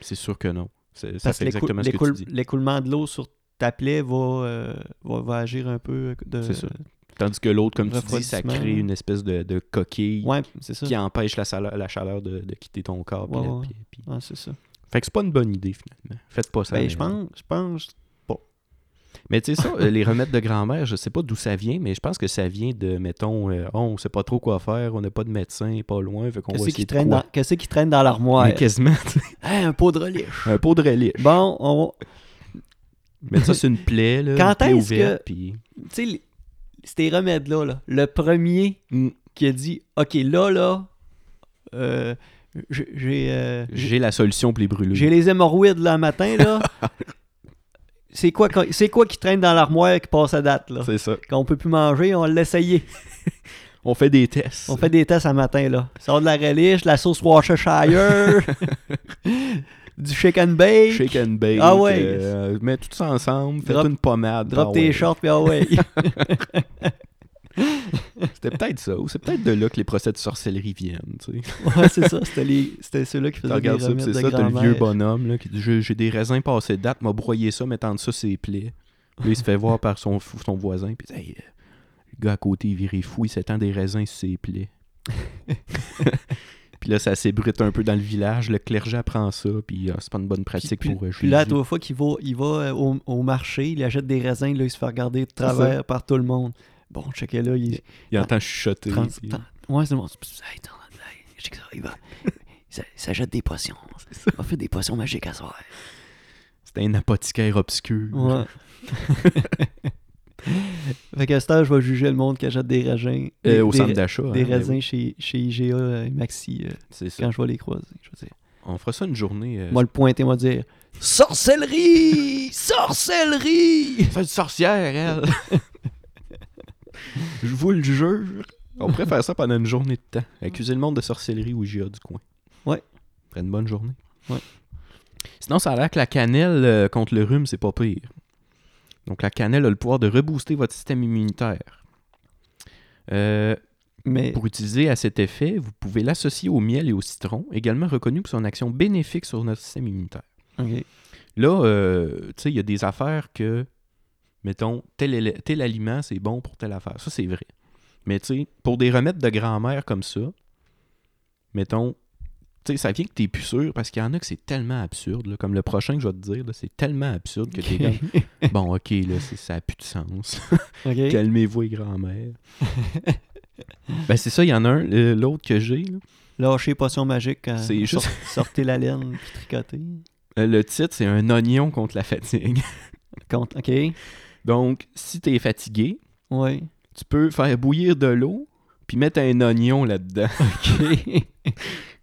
Speaker 2: C'est sûr que non. C'est- Ça
Speaker 1: Parce que
Speaker 2: fait
Speaker 1: l'écou-
Speaker 2: exactement ce que
Speaker 1: l'écoul-
Speaker 2: tu dis.
Speaker 1: l'écoulement de l'eau sur ta plaie va, euh, va, va agir un peu de.
Speaker 2: C'est ça. Tandis que l'autre, comme tu dis, ça
Speaker 1: Refroidissement.
Speaker 2: crée une espèce de, de coquille
Speaker 1: Ouais, c'est ça.
Speaker 2: qui empêche la, chaleur- la chaleur de, de quitter ton corps. puis
Speaker 1: Ouais,
Speaker 2: la-
Speaker 1: ouais.
Speaker 2: puis- puis-
Speaker 1: Ouais, c'est ça.
Speaker 2: Fait que c'est pas une bonne idée, finalement. Faites pas ça.
Speaker 1: Ben,
Speaker 2: mais-
Speaker 1: je pense, je pense pas.
Speaker 2: Mais tu sais, ça, euh, les remèdes de grand-mère, je sais pas d'où ça vient, mais je pense que ça vient de, mettons, euh, Oh, on sait pas trop quoi faire, on n'a pas de médecin, pas loin, fait qu'on va
Speaker 1: Qu'est-ce qui
Speaker 2: essayer de
Speaker 1: traîne,
Speaker 2: quoi.
Speaker 1: dans- qu'est-ce qui traîne dans l'armoire?
Speaker 2: Mais quasiment, tu sais,
Speaker 1: Hey, un pot de relish.
Speaker 2: un pot de relish.
Speaker 1: Bon, on...
Speaker 2: Mais ça, c'est une plaie, là,
Speaker 1: Quand
Speaker 2: une plaie
Speaker 1: est-ce que-
Speaker 2: ouverte, puis...
Speaker 1: tu sais, les- ces remèdes-là, là, le premier
Speaker 2: Mm.
Speaker 1: qui a dit, OK, là, là, euh, j'ai- j'ai... euh,
Speaker 2: J'ai la solution pour les brûlures.
Speaker 1: J'ai les hémorroïdes là le matin, là. c'est quoi, qu'on- c'est quoi qui traîne dans l'armoire et qui passe à date, là?
Speaker 2: C'est ça.
Speaker 1: Qu'on peut plus manger, on l'a essayé.
Speaker 2: On fait des tests.
Speaker 1: On fait des tests à matin, là. Sort de la relish, la sauce Worcestershire, du shake and bake,
Speaker 2: Shake and bake.
Speaker 1: Ah ouais.
Speaker 2: euh, mets tout ça ensemble, fais
Speaker 1: Drop-
Speaker 2: une pommade.
Speaker 1: drop
Speaker 2: Ah
Speaker 1: tes
Speaker 2: ouais.
Speaker 1: shorts, puis ah ouais.
Speaker 2: C'était peut-être ça, ou c'est peut-être de là que les procès de sorcellerie viennent, tu sais.
Speaker 1: ouais, c'est ça, c'était, les, c'était ceux-là qui
Speaker 2: Tu
Speaker 1: faisaient des
Speaker 2: regardes ça, puis
Speaker 1: remèdes
Speaker 2: c'est
Speaker 1: de
Speaker 2: ça, t'as le vieux
Speaker 1: grand-mère.
Speaker 2: bonhomme là, qui dit J'ai j'ai des raisins passés de date, m'a broyé ça, mais tant de ça, c'est plaît. Puis là, il se fait voir par son, fou- son voisin, puis il dit, Hey, euh, le gars à côté, il virait fou, il s'étend des raisins sur ses plaies. puis là, ça s'ébrute un peu dans le village, le clergé apprend ça, puis ah, c'est pas une bonne pratique
Speaker 1: puis,
Speaker 2: pour euh,
Speaker 1: puis là, à
Speaker 2: Jésus.
Speaker 1: trois fois qu'il va, il va euh, au, au marché, il achète des raisins, là, il se fait regarder de
Speaker 2: ça.
Speaker 1: travers par tout le monde. Bon, checker là, il,
Speaker 2: Il entend chuchoter.
Speaker 1: Trans-
Speaker 2: puis- euh,
Speaker 1: trans- Ouais, c'est bon. C'est- hey, t'en- hey, je sais que ça, il va. Ça, ça jette des potions. Il va faire des potions magiques à soir.
Speaker 2: C'était un apothicaire obscur.
Speaker 1: Ouais. fait qu'à ce temps, je vais juger le monde qui achète des raisins.
Speaker 2: Euh,
Speaker 1: des-
Speaker 2: au
Speaker 1: des-
Speaker 2: centre d'achat. hein,
Speaker 1: Des
Speaker 2: mais
Speaker 1: raisins
Speaker 2: oui,
Speaker 1: chez, chez IGA et Maxi euh,
Speaker 2: C'est ça.
Speaker 1: quand je vais les croiser. Je veux dire.
Speaker 2: On fera ça une journée. euh,
Speaker 1: Moi, le pointer, moi, dire Sorcellerie Sorcellerie
Speaker 2: C'est une sorcière, elle. Je vous le jure. On pourrait faire ça pendant une journée de temps. Accuser le monde de sorcellerie ou JA du coin.
Speaker 1: Ouais.
Speaker 2: Ferait une bonne journée.
Speaker 1: Ouais.
Speaker 2: Sinon, ça a l'air que la cannelle euh, contre le rhume, c'est pas pire. Donc, la cannelle a le pouvoir de rebooster votre système immunitaire. Euh,
Speaker 1: Mais
Speaker 2: pour utiliser à cet effet, vous pouvez l'associer au miel et au citron, également reconnu pour son action bénéfique sur notre système immunitaire.
Speaker 1: ok.
Speaker 2: Là, euh, tu sais, il y a des affaires que, mettons, tel, éle- tel aliment, c'est bon pour telle affaire. Ça, c'est vrai. Mais tu sais, pour des remèdes de grand-mère comme ça, mettons, tu sais, ça vient que t'es plus sûr parce qu'il y en a que c'est tellement absurde. là, comme le prochain que je vais te dire, là, c'est tellement absurde que t'es comme, bon, ok, là, c'est- ça n'a plus de sens.
Speaker 1: Ok.
Speaker 2: Calmez-vous, les grand-mères. ben, c'est ça, il y en a un, euh, l'autre que j'ai, là.
Speaker 1: Lâchez potions magiques quand
Speaker 2: C'est
Speaker 1: sort-
Speaker 2: juste-
Speaker 1: sortez la laine puis tricotez.
Speaker 2: Euh, Le titre, c'est un oignon contre la fatigue.
Speaker 1: Compte- Ok.
Speaker 2: Donc, si t'es fatigué,
Speaker 1: Ouais.
Speaker 2: tu peux faire bouillir de l'eau, puis mettre un oignon là-dedans.
Speaker 1: OK.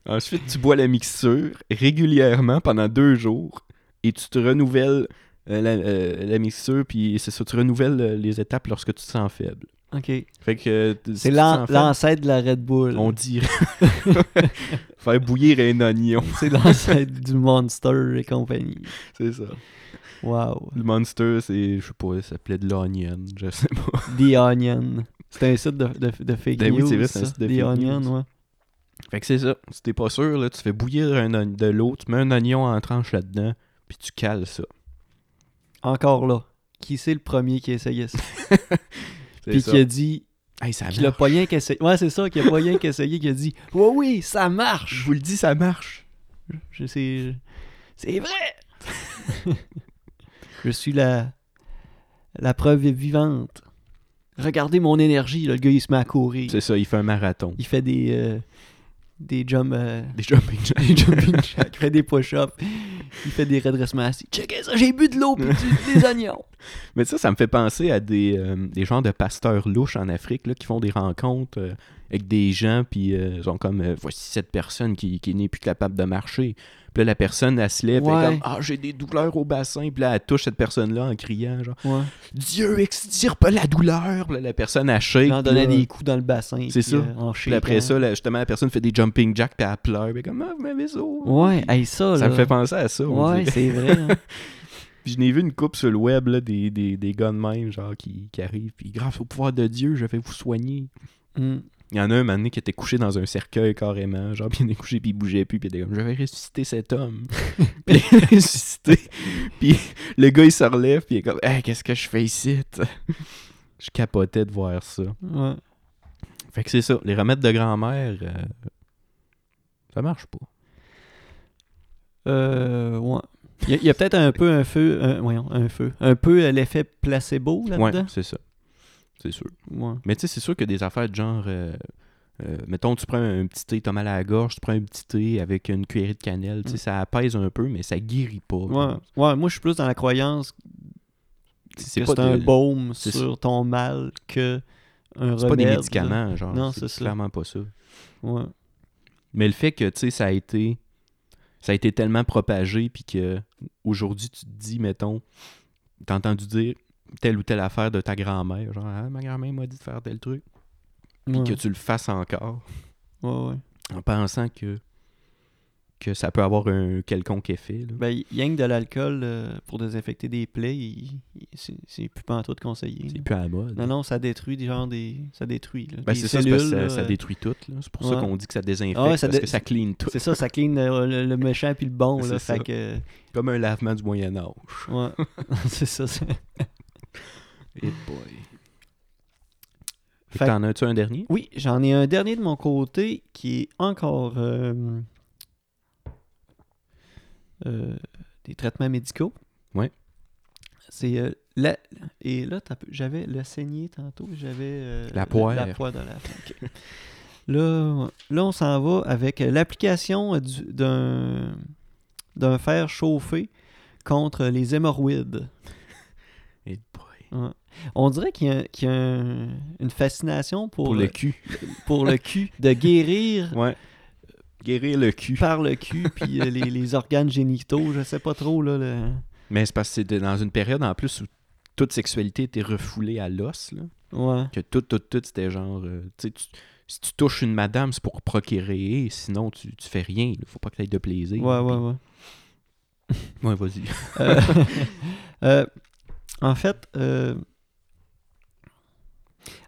Speaker 2: Ensuite, tu bois la mixture régulièrement pendant deux jours, et tu te renouvelles euh, la, euh, la mixture, puis c'est ça, tu renouvelles euh, les étapes lorsque tu te sens faible.
Speaker 1: OK.
Speaker 2: Fait que... euh, t- si
Speaker 1: C'est
Speaker 2: tu te
Speaker 1: l'an-
Speaker 2: sens faible,
Speaker 1: l'ancêtre de la Red Bull.
Speaker 2: On dirait... faire bouillir un oignon,
Speaker 1: C'est l'ancêtre du Monster et compagnie.
Speaker 2: c'est ça.
Speaker 1: Wow.
Speaker 2: Le monster, c'est... Je sais pas, ça s'appelait de l'onion, je sais pas.
Speaker 1: The Onion. C'est un site de, de, de fake
Speaker 2: Ben oui,
Speaker 1: news,
Speaker 2: c'est vrai, c'est
Speaker 1: ça.
Speaker 2: un site de
Speaker 1: The
Speaker 2: fake
Speaker 1: Onion,
Speaker 2: news.
Speaker 1: ouais.
Speaker 2: Fait que c'est ça. Si t'es pas sûr, là, tu fais bouillir un oign- de l'eau, tu mets un oignon en tranche là-dedans, puis tu cales ça.
Speaker 1: Encore là. Qui c'est le premier qui a essayé ça?
Speaker 2: C'est
Speaker 1: Puis
Speaker 2: ça. Ah
Speaker 1: qui a dit...
Speaker 2: Hey, ça
Speaker 1: Qui l'a pas rien qui a essayé. Ouais, c'est ça. Qui a pas rien qui a essayé. Qui a dit... Ouais, oui, ça
Speaker 2: Je
Speaker 1: marche!
Speaker 2: vous le dis, ça marche.
Speaker 1: Je sais... C'est vrai! Je suis la... La preuve vivante. Regardez mon énergie, là. Le gars, il se met à courir.
Speaker 2: C'est ça, il fait un marathon.
Speaker 1: Il fait des euh, des jump euh,
Speaker 2: Des jumping
Speaker 1: des jumping jacks, il fait des push-ups, il fait des redressements assis. Checkez ça, j'ai bu de l'eau pis du- des oignons.
Speaker 2: Mais ça, ça me fait penser à des, euh, des genres de pasteurs louches en Afrique là, qui font des rencontres euh, avec des gens, puis euh, ils sont comme euh, voici cette personne qui, qui n'est plus capable de marcher. Puis là, la personne, elle se lève, elle est
Speaker 1: Ouais.
Speaker 2: comme Ah, j'ai des douleurs au bassin. Puis là, elle touche cette personne-là en criant genre
Speaker 1: Ouais.
Speaker 2: Dieu, extirpe la douleur. Puis là, la personne, elle shake.
Speaker 1: Il en
Speaker 2: puis
Speaker 1: donnait
Speaker 2: là,
Speaker 1: des coups dans le bassin.
Speaker 2: C'est
Speaker 1: puis,
Speaker 2: ça.
Speaker 1: euh, en
Speaker 2: puis après
Speaker 1: shaking.
Speaker 2: ça, là, justement, la personne fait des jumping jacks, puis elle pleure. Puis comme Ah, vous m'avez sauvé.
Speaker 1: Ouais, hey, ça,
Speaker 2: Ça
Speaker 1: là.
Speaker 2: me fait penser à ça. on
Speaker 1: Ouais,
Speaker 2: dirait.
Speaker 1: c'est vrai. hein.
Speaker 2: Puis je n'ai vu une coupe sur le web, là, des, des, des gars de même, genre, qui, qui arrivent. Puis grâce au pouvoir de Dieu, je vais vous soigner.
Speaker 1: Mm.
Speaker 2: Il y en a un, un moment donné, qui était couché dans un cercueil carrément. Genre, puis il était couché, puis il bougeait plus. Puis il était comme, je vais ressusciter cet homme. puis il est ressuscité. Puis le gars, il se relève, puis il est comme, hey, qu'est-ce que je fais ici? Je capotais de voir ça.
Speaker 1: Ouais.
Speaker 2: Fait que c'est ça. Les remèdes de grand-mère, euh, ça marche pas.
Speaker 1: Euh, ouais. Il y a- il y a, peut-être un peu un feu, un, voyons, un feu, un peu euh, l'effet placebo
Speaker 2: Ouais,
Speaker 1: là-dedans.
Speaker 2: c'est ça. C'est sûr.
Speaker 1: Ouais.
Speaker 2: Mais tu sais, c'est sûr que des affaires de genre. euh, euh, mettons, tu prends un petit thé, t'as mal à la gorge, tu prends un petit thé avec une cuillerée de cannelle, tu sais,
Speaker 1: Mm.
Speaker 2: ça apaise un peu, mais ça guérit pas.
Speaker 1: Ouais. Ouais, moi je suis plus dans la croyance
Speaker 2: C'est
Speaker 1: que
Speaker 2: pas
Speaker 1: c'est un
Speaker 2: de-
Speaker 1: baume
Speaker 2: c'est-
Speaker 1: sur ton mal que un remède.
Speaker 2: C'est pas des
Speaker 1: là.
Speaker 2: médicaments, genre.
Speaker 1: Non, c'est
Speaker 2: c'est
Speaker 1: ça.
Speaker 2: clairement pas ça.
Speaker 1: Ouais.
Speaker 2: Mais le fait que, tu sais, ça a été... Ça a été tellement propagé, puis que aujourd'hui tu te dis, mettons, t'as entendu dire telle ou telle affaire de ta grand-mère, genre, Ah, ma grand-mère m'a dit de faire tel truc, puis
Speaker 1: Ouais.
Speaker 2: que tu le fasses encore,
Speaker 1: Ouais, ouais.
Speaker 2: en pensant que, que ça peut avoir un quelconque effet. là.
Speaker 1: Ben, y- rien que de l'alcool euh, pour désinfecter des plaies, il- il- c'est c'est plus pas en tout de conseiller.
Speaker 2: C'est
Speaker 1: là.
Speaker 2: plus à la mode.
Speaker 1: Mm. Non, non, ça détruit des gens des. Ça détruit. là.
Speaker 2: Ben,
Speaker 1: Des
Speaker 2: c'est ça, c'est parce que
Speaker 1: cellules,
Speaker 2: ça,
Speaker 1: là,
Speaker 2: ça
Speaker 1: euh,
Speaker 2: détruit tout. là. C'est pour
Speaker 1: Ouais.
Speaker 2: ça qu'on dit que ça désinfecte,
Speaker 1: Ah ouais, ça
Speaker 2: parce
Speaker 1: dé-
Speaker 2: que ça clean tout.
Speaker 1: C'est ça, ça clean euh, le, le méchant puis le bon.
Speaker 2: C'est
Speaker 1: Là,
Speaker 2: ça.
Speaker 1: fait que,
Speaker 2: Comme un lavement du Moyen-Âge.
Speaker 1: ouais. c'est ça. c'est-
Speaker 2: Et Eh boy.
Speaker 1: Fait que-
Speaker 2: T'en as-tu un dernier?
Speaker 1: Oui, j'en ai un dernier de mon côté qui est encore euh, euh, des traitements médicaux.
Speaker 2: Ouais.
Speaker 1: C'est euh, la- et là t'as peu- j'avais le saignée tantôt, j'avais euh,
Speaker 2: La poire.
Speaker 1: La, poire dans la ok. là, là on s'en va avec euh, l'application euh, du- d'un d'un fer chauffé contre les hémorroïdes. Eh
Speaker 2: Et boy.
Speaker 1: Ouais. On dirait qu'il y a, qu'il y a un- une fascination pour,
Speaker 2: Pour, le cul.
Speaker 1: pour le cul, de guérir
Speaker 2: Ouais. Guérir le cul.
Speaker 1: par le cul, puis euh, les, les organes génitaux, je sais pas trop, là, le...
Speaker 2: Mais c'est parce que c'était dans une période en plus où toute sexualité était refoulée à l'os, là.
Speaker 1: Ouais,
Speaker 2: Que tout, tout, tout, c'était genre. euh, tu sais, tu- si tu touches une madame, c'est pour procréer, sinon tu, tu fais rien. là. Faut pas que t'aies de plaisir.
Speaker 1: ouais, ouais, ouais.
Speaker 2: Ouais, vas-y.
Speaker 1: Euh, euh, en fait, euh,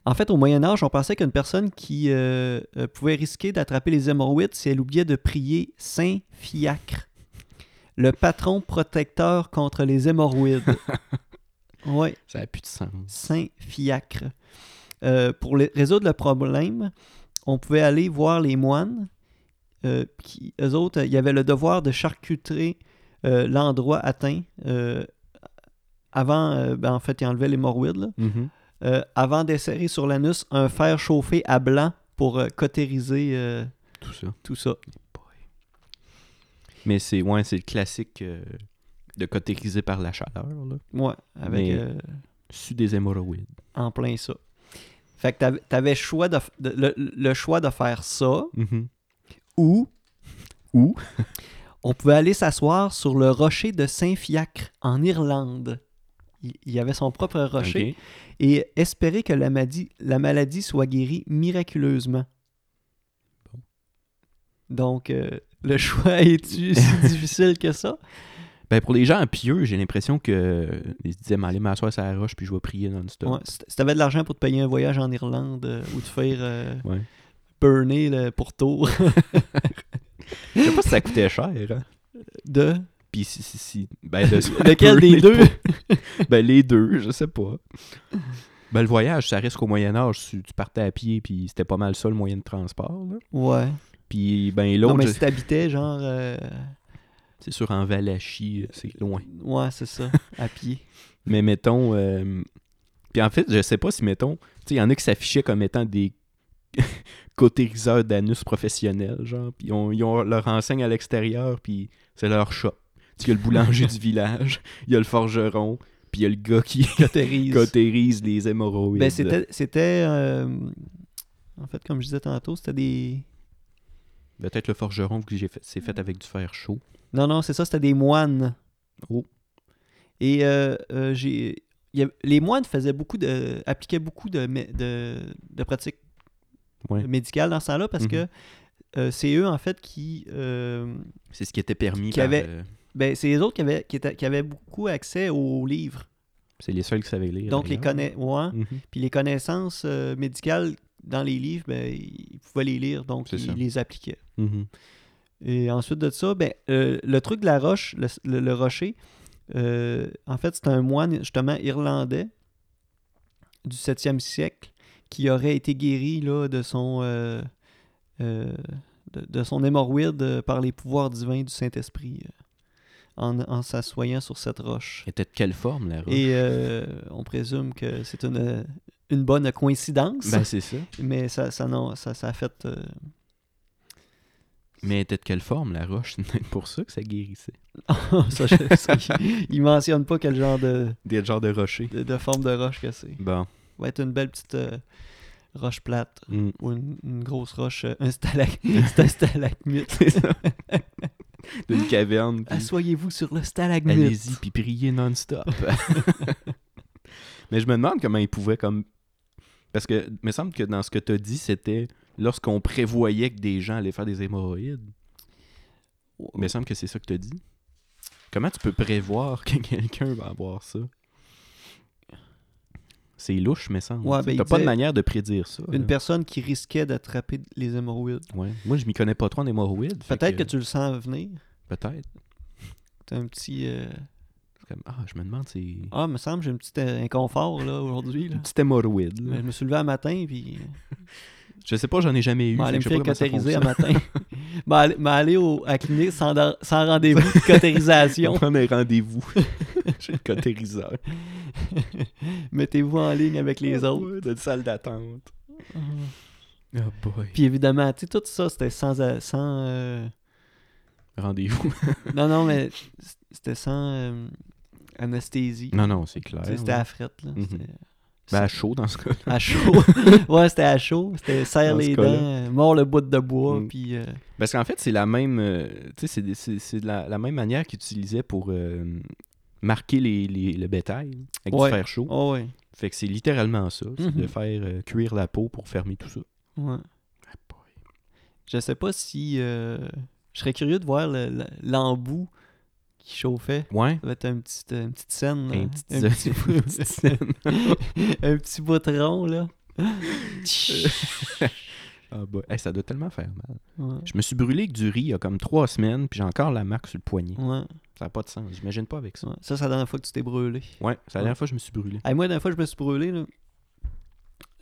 Speaker 1: en fait, au Moyen Âge, on pensait qu'une personne qui euh, euh, pouvait risquer d'attraper les hémorroïdes si elle oubliait de prier Saint Fiacre, le patron protecteur contre les hémorroïdes. ouais.
Speaker 2: Ça a plus de sens.
Speaker 1: Saint-Fiacre. Euh, pour le- résoudre le problème, on pouvait aller voir les moines. euh, qui, eux autres, euh, il y avait le devoir de charcuterie l'endroit atteint euh, avant, euh, ben, en fait, ils enlevaient les morroïdes, là, euh, avant d'insérer sur l'anus un fer chauffé à blanc pour euh, cautériser euh,
Speaker 2: Tout ça.
Speaker 1: tout ça.
Speaker 2: Mais c'est ouais, c'est le classique euh, de cautérisé par la chaleur, là.
Speaker 1: Ouais, avec,
Speaker 2: Mais-
Speaker 1: euh,
Speaker 2: Su des hémorroïdes.
Speaker 1: en plein ça. Fait que t'avais, t'avais choix de f- de- le, le choix de faire ça,
Speaker 2: Mm-hmm.
Speaker 1: ou
Speaker 2: Ou
Speaker 1: on pouvait aller s'asseoir sur le rocher de Saint-Fiacre en Irlande. Il il y avait son propre rocher
Speaker 2: Ok.
Speaker 1: et espérer que la maladie, la maladie soit guérie miraculeusement.
Speaker 2: Bon.
Speaker 1: Donc, euh, le choix est-tu si difficile que ça?
Speaker 2: Ben pour les gens pieux, j'ai l'impression que euh, ils se disaient Mais allez m'asseoir sur la roche puis je vais prier non-stop.
Speaker 1: Ouais, si t- si t'avais de l'argent pour te payer un voyage en Irlande euh, ou te faire euh,
Speaker 2: Ouais.
Speaker 1: burner le pourtour
Speaker 2: Je sais pas si ça coûtait cher, hein.
Speaker 1: de...
Speaker 2: Puis si, si, si- Ben, de,
Speaker 1: Lequel des deux?
Speaker 2: ben, les deux, je sais pas. Ben, le voyage, ça risque au Moyen-Âge. Tu, tu partais à pied, puis c'était pas mal ça le moyen de transport. là.
Speaker 1: Ouais.
Speaker 2: Puis, ben,
Speaker 1: Non,
Speaker 2: l'autre,
Speaker 1: mais
Speaker 2: je-
Speaker 1: si t'habitais genre... euh,
Speaker 2: c'est sûr, en Valachie, c'est loin.
Speaker 1: Ouais, c'est ça, à pied.
Speaker 2: Mais mettons. euh, Puis en fait, je sais pas si, mettons. Tu sais, il y en a qui s'affichaient comme étant des cautériseurs d'anus professionnels, genre. Puis ils ont, ils ont leur enseigne à l'extérieur, puis c'est leur shop. Tu sais, il y a le boulanger du village, il y a le forgeron, puis il y a le gars qui
Speaker 1: Cautérise.
Speaker 2: cautérise les hémorroïdes.
Speaker 1: Ben, c'était, c'était euh, en fait, comme je disais tantôt, c'était des.
Speaker 2: Ben, Peut-être le forgeron, vu que j'ai fait- c'est fait avec du fer chaud.
Speaker 1: Non, non, c'est ça, c'était des moines.
Speaker 2: Oh.
Speaker 1: Et euh, euh, j'ai. il y a- les moines faisaient beaucoup de. appliquaient beaucoup de, mé- de, de pratiques
Speaker 2: Ouais.
Speaker 1: médicales dans ce temps-là parce
Speaker 2: Mhm.
Speaker 1: que euh, c'est eux, en fait, qui. euh,
Speaker 2: C'est ce qui était permis.
Speaker 1: Qui
Speaker 2: par,
Speaker 1: avait-
Speaker 2: euh,
Speaker 1: ben, c'est les autres qui avaient, qui, étaient- qui avaient beaucoup accès aux livres.
Speaker 2: C'est les seuls qui savaient lire.
Speaker 1: Donc, les,
Speaker 2: d'ailleurs.
Speaker 1: conna... ouais.
Speaker 2: Mhm.
Speaker 1: Puis les connaissances euh, médicales dans les livres, ben, ils pouvaient les lire, donc
Speaker 2: C'est
Speaker 1: ils
Speaker 2: ça.
Speaker 1: les appliquaient.
Speaker 2: Mhm.
Speaker 1: Et ensuite de ça, ben, euh, le truc de la roche, le, le- le rocher, euh, en fait, c'est un moine, justement, irlandais du 7e siècle qui aurait été guéri là, de son euh, euh, de, de son hémorroïde euh, par les pouvoirs divins du Saint-Esprit. euh, en, en s'assoyant sur cette roche.
Speaker 2: Elle était de quelle forme, la roche?
Speaker 1: Et euh, on présume que c'est une, une bonne coïncidence,
Speaker 2: Ben, c'est ça.
Speaker 1: mais ça, ça, non, ça, ça a fait... euh,
Speaker 2: Mais elle était de quelle forme, la roche? C'est peut-être pour ça que ça guérissait.
Speaker 1: ça, je- ça, il- il mentionne pas quel genre de,
Speaker 2: Des genres de rochers.
Speaker 1: de, de forme de roche que c'est.
Speaker 2: Bon.
Speaker 1: va être une belle petite euh, roche plate
Speaker 2: Mm.
Speaker 1: ou une, une grosse roche, euh, un stalac- c'est un stalagmite.
Speaker 2: D'une caverne. puis-
Speaker 1: Asseyez-vous sur le stalagmite.
Speaker 2: Allez-y, puis priez non-stop. Mais je me demande comment ils pouvaient comme... Parce que, il me semble que dans ce que tu as dit, c'était lorsqu'on prévoyait que des gens allaient faire des hémorroïdes. Il me semble que c'est ça que tu as dit. Comment tu peux prévoir que quelqu'un va avoir ça? C'est louche, me semble.
Speaker 1: Ouais,
Speaker 2: Tu
Speaker 1: ben,
Speaker 2: sais, T'as
Speaker 1: il
Speaker 2: pas de
Speaker 1: disait-
Speaker 2: manière de prédire ça.
Speaker 1: Une
Speaker 2: là.
Speaker 1: personne qui risquait d'attraper les hémorroïdes.
Speaker 2: Ouais. Moi, je m'y connais pas trop en hémorroïdes. fait
Speaker 1: Peut-être que... tu le sens venir.
Speaker 2: Peut-être.
Speaker 1: T'as un petit. euh,
Speaker 2: C'est comme, Ah, je me demande si...
Speaker 1: Ah, me semble, j'ai un petit euh, inconfort là aujourd'hui. là.
Speaker 2: Une petite hémorroïde. là.
Speaker 1: Mais Je me suis levé un matin, puis.
Speaker 2: Je sais pas, j'en ai jamais eu.
Speaker 1: M'en
Speaker 2: fait
Speaker 1: aller me
Speaker 2: que je sais
Speaker 1: faire
Speaker 2: pas comment
Speaker 1: cotériser
Speaker 2: ça
Speaker 1: un
Speaker 2: fonctionne.
Speaker 1: matin. M'en aller- M'en aller au- à la clinique sans, da- sans rendez-vous de cotérisation.
Speaker 2: prendre un rendez-vous chez le cotériseur.
Speaker 1: Mettez-vous en ligne avec les autres.
Speaker 2: Ouais, Dans Oh, une salle d'attente. Oh boy.
Speaker 1: Puis évidemment, tu sais, tout ça, c'était sans. euh, sans euh,
Speaker 2: Rendez-vous.
Speaker 1: Non, non, mais c'était sans euh, anesthésie.
Speaker 2: Non, non, c'est clair.
Speaker 1: Tu sais, C'était
Speaker 2: ouais.
Speaker 1: à frette, là.
Speaker 2: Mhm.
Speaker 1: C'était
Speaker 2: Ben, à chaud dans ce cas.
Speaker 1: à chaud. ouais, c'était à chaud. C'était serre
Speaker 2: Dans ce
Speaker 1: les dents,
Speaker 2: cas-là.
Speaker 1: euh, mord le bout de bois,
Speaker 2: Mm.
Speaker 1: puis. euh,
Speaker 2: Parce qu'en fait, c'est la même. euh, tu sais, c'est des- c'est c'est de la, la même manière qu'ils utilisaient pour euh, marquer les, les- le bétail hein, avec
Speaker 1: Ouais.
Speaker 2: du fer chaud.
Speaker 1: Oh, ouais.
Speaker 2: Fait que c'est littéralement ça. C'est
Speaker 1: Mhm.
Speaker 2: de faire euh, cuire la peau pour fermer tout ça.
Speaker 1: ouais.
Speaker 2: Ah,
Speaker 1: Je sais pas si. euh, Je serais curieux de voir le- le- l'embout qui chauffait.
Speaker 2: Ouais.
Speaker 1: Ça va être un petit, euh, une petite scène. là.
Speaker 2: Un petit-
Speaker 1: Un petit-
Speaker 2: une petite scène.
Speaker 1: un petit bout rond, là.
Speaker 2: Ah, bah. Hey, ça doit tellement faire mal.
Speaker 1: Ouais.
Speaker 2: Je me suis brûlé avec du riz il y a comme trois semaines, puis j'ai encore la marque sur le poignet.
Speaker 1: Ouais.
Speaker 2: Ça n'a pas de sens. J'imagine pas avec ça.
Speaker 1: Ouais. Ça, c'est la dernière fois que tu t'es brûlé.
Speaker 2: Ouais, c'est la dernière fois que je me suis brûlé.
Speaker 1: Hey, moi, la dernière fois, je me suis brûlé. là,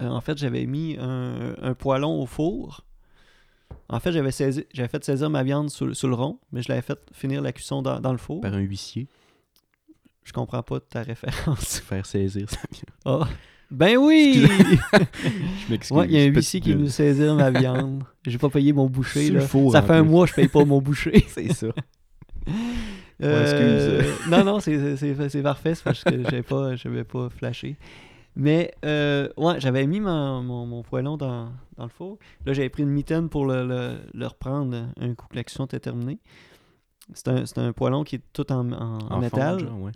Speaker 1: euh, en fait, j'avais mis un, un poêlon au four. En fait, j'avais saisi- j'avais fait saisir ma viande sur, le- sur le rond, mais je l'avais fait finir la cuisson dans, dans le four.
Speaker 2: Par un huissier,
Speaker 1: Je comprends pas ta référence.
Speaker 2: faire saisir sa viande.
Speaker 1: Ah. Ben oui!
Speaker 2: Je m'excuse.
Speaker 1: Ouais, il y a un
Speaker 2: petite
Speaker 1: huissier qui est
Speaker 2: bulle.
Speaker 1: venu saisir ma viande. J'ai pas payé mon boucher.
Speaker 2: Sur le
Speaker 1: là.
Speaker 2: four,
Speaker 1: Ça
Speaker 2: en
Speaker 1: fait un
Speaker 2: plus.
Speaker 1: mois que je paye pas mon boucher.
Speaker 2: C'est ça.
Speaker 1: Euh,
Speaker 2: excuse.
Speaker 1: non, non, c'est- c'est c'est- c'est parfait, c'est parce que j'avais pas, j'avais pas flashé. Mais, euh, ouais, j'avais mis mon, mon, mon poêlon dans, dans le four. Là, j'avais pris une mitaine pour le, le- le reprendre un coup que la cuisson était terminée. C'est un, c'est un poêlon qui est tout en, en- en
Speaker 2: En fond,
Speaker 1: métal.
Speaker 2: genre, ouais.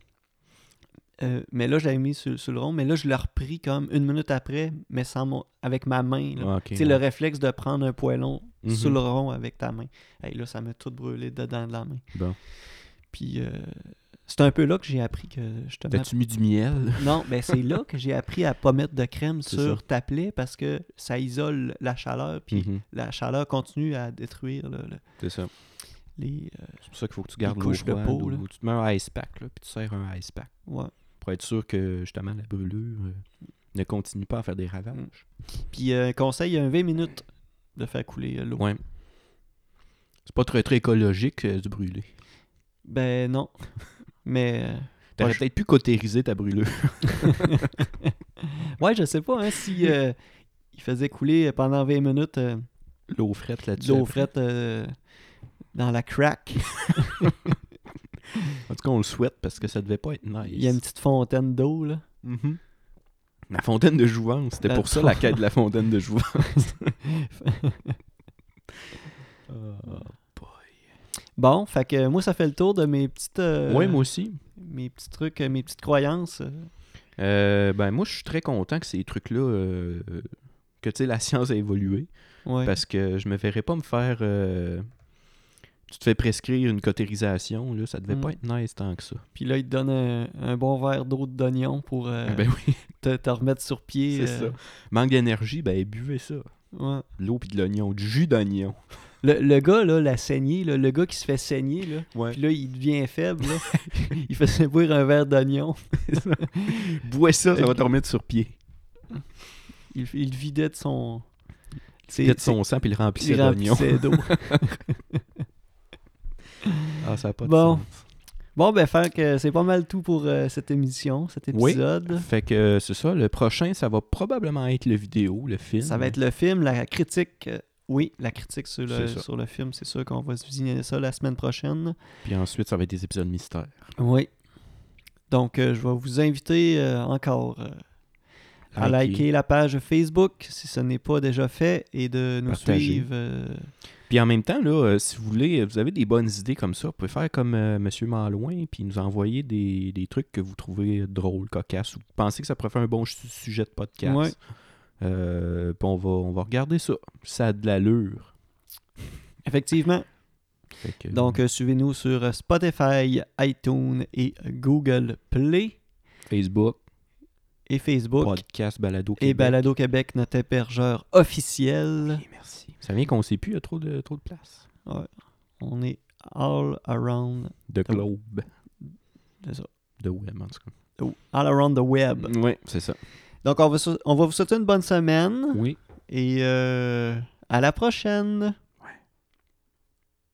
Speaker 1: Euh, mais là, j'avais mis sur, sur le rond. Mais là, je l'ai repris comme une minute après, mais sans mon, avec ma main. là.
Speaker 2: Ah, ok,
Speaker 1: Tu sais,
Speaker 2: ouais.
Speaker 1: le réflexe de prendre un poêlon
Speaker 2: Mhm.
Speaker 1: sur le rond avec ta main. Hey, là, ça m'a tout brûlé dedans de la main.
Speaker 2: Bon.
Speaker 1: Puis euh, c'est un peu là que j'ai appris que justement.
Speaker 2: T'as-tu mis du miel?
Speaker 1: Non, ben c'est là que j'ai appris à pas mettre de crème
Speaker 2: C'est
Speaker 1: sur
Speaker 2: ça.
Speaker 1: ta plaie parce que ça isole la chaleur, puis
Speaker 2: Mhm,
Speaker 1: la chaleur continue à détruire le- le-
Speaker 2: C'est ça.
Speaker 1: les. euh,
Speaker 2: C'est pour ça qu'il faut que tu gardes l'eau
Speaker 1: couches de
Speaker 2: froide
Speaker 1: peau,
Speaker 2: ou-
Speaker 1: là.
Speaker 2: ou tu te mets un ice pack, là, puis tu sers un ice pack.
Speaker 1: ouais.
Speaker 2: Pour être sûr que, justement, la brûlure euh, ne continue pas à faire des
Speaker 1: Mm.
Speaker 2: ravages.
Speaker 1: Puis euh, conseil, il y a un 20 minutes de faire couler euh, l'eau.
Speaker 2: Ouais. C'est pas très, très écologique euh, du brûler.
Speaker 1: Ben non. Mais. euh,
Speaker 2: T'aurais
Speaker 1: Ouais, je-
Speaker 2: peut-être pu cautériser ta brûlure.
Speaker 1: ouais, je sais pas, hein, si. euh, il faisait couler pendant 20 minutes euh,
Speaker 2: L'eau frette
Speaker 1: de
Speaker 2: là-dessus.
Speaker 1: l'eau
Speaker 2: après.
Speaker 1: frette euh, dans la crack.
Speaker 2: En tout cas, on le souhaite parce que ça devait pas être nice.
Speaker 1: Il y a une petite fontaine d'eau, là.
Speaker 2: Mhm. La fontaine de Jouvence, c'était
Speaker 1: La
Speaker 2: pour ça la quête de la fontaine de Jouvence.
Speaker 1: Bon, fait que moi, ça fait le tour de mes petites. euh,
Speaker 2: Oui, moi aussi.
Speaker 1: Mes petits trucs, euh, mes petites croyances. euh.
Speaker 2: Euh, ben, moi, je suis très content que ces trucs-là, euh, que tu sais, la science a évolué.
Speaker 1: Ouais.
Speaker 2: Parce que je me verrais pas me faire. euh, tu te fais prescrire une cotérisation, là, ça devait
Speaker 1: Mm.
Speaker 2: pas être nice tant que ça.
Speaker 1: Puis là, ils te donnent un, un bon verre d'eau d'oignon pour euh,
Speaker 2: ben oui,
Speaker 1: te, te remettre sur pied.
Speaker 2: c'est
Speaker 1: euh,
Speaker 2: ça. Manque d'énergie, ben buvez ça.
Speaker 1: ouais.
Speaker 2: De L'eau puis de l'oignon, du jus d'oignon.
Speaker 1: le, le gars, là, la saignée, là, le gars qui se fait saigner, là,
Speaker 2: Ouais.
Speaker 1: puis là, il devient faible. là. il fait boire un verre d'oignon.
Speaker 2: Bois ça, ça va te remettre sur pied.
Speaker 1: Il, il vidait de son.
Speaker 2: Il
Speaker 1: ses-
Speaker 2: de son sang puis le
Speaker 1: ses-
Speaker 2: remplissait
Speaker 1: il
Speaker 2: d'oignon.
Speaker 1: remplissait d'eau.
Speaker 2: Ah, ça a pas
Speaker 1: Bon.
Speaker 2: de sens.
Speaker 1: Bon, ben, Franck, euh, c'est pas mal tout pour euh, cette émission, cet
Speaker 2: Oui.
Speaker 1: épisode.
Speaker 2: Fait que euh, c'est ça, le prochain, ça va probablement être le vidéo, le film.
Speaker 1: Ça va être le film, la critique. euh, oui, la critique sur le,
Speaker 2: C'est ça.
Speaker 1: sur le film, c'est sûr qu'on va se visionner ça la semaine prochaine.
Speaker 2: Puis ensuite, ça va être des épisodes mystères.
Speaker 1: Oui. Donc, euh, je vais vous inviter euh, encore euh, à liker la page Facebook si ce n'est pas déjà fait et de nous
Speaker 2: Partager.
Speaker 1: suivre. euh,
Speaker 2: Puis en même temps, là, euh, si vous voulez, euh, vous avez des bonnes idées comme ça, vous pouvez faire comme euh, Monsieur Malouin, puis nous envoyer des, des trucs que vous trouvez drôles, cocasses, ou que vous pensez que ça pourrait faire un bon su- sujet de podcast.
Speaker 1: Ouais.
Speaker 2: Euh, puis on va, on va regarder ça. Ça a de l'allure.
Speaker 1: effectivement.
Speaker 2: Fait que-
Speaker 1: Donc, euh, suivez-nous sur euh, Spotify, iTunes et Google Play
Speaker 2: Facebook,
Speaker 1: et Facebook
Speaker 2: podcast, balado.
Speaker 1: et
Speaker 2: Québec.
Speaker 1: Balado Québec, notre hébergeur officiel.
Speaker 2: Ok, merci. Ça vient qu'on ne sait plus, il y a trop de, trop de place.
Speaker 1: On est all around,
Speaker 2: De globe.
Speaker 1: c'est ça.
Speaker 2: De web, en tout cas.
Speaker 1: oh, all around the web.
Speaker 2: Oui, c'est ça.
Speaker 1: Donc, on va, sou- on va vous souhaiter une bonne semaine
Speaker 2: Oui.
Speaker 1: et euh, à la prochaine.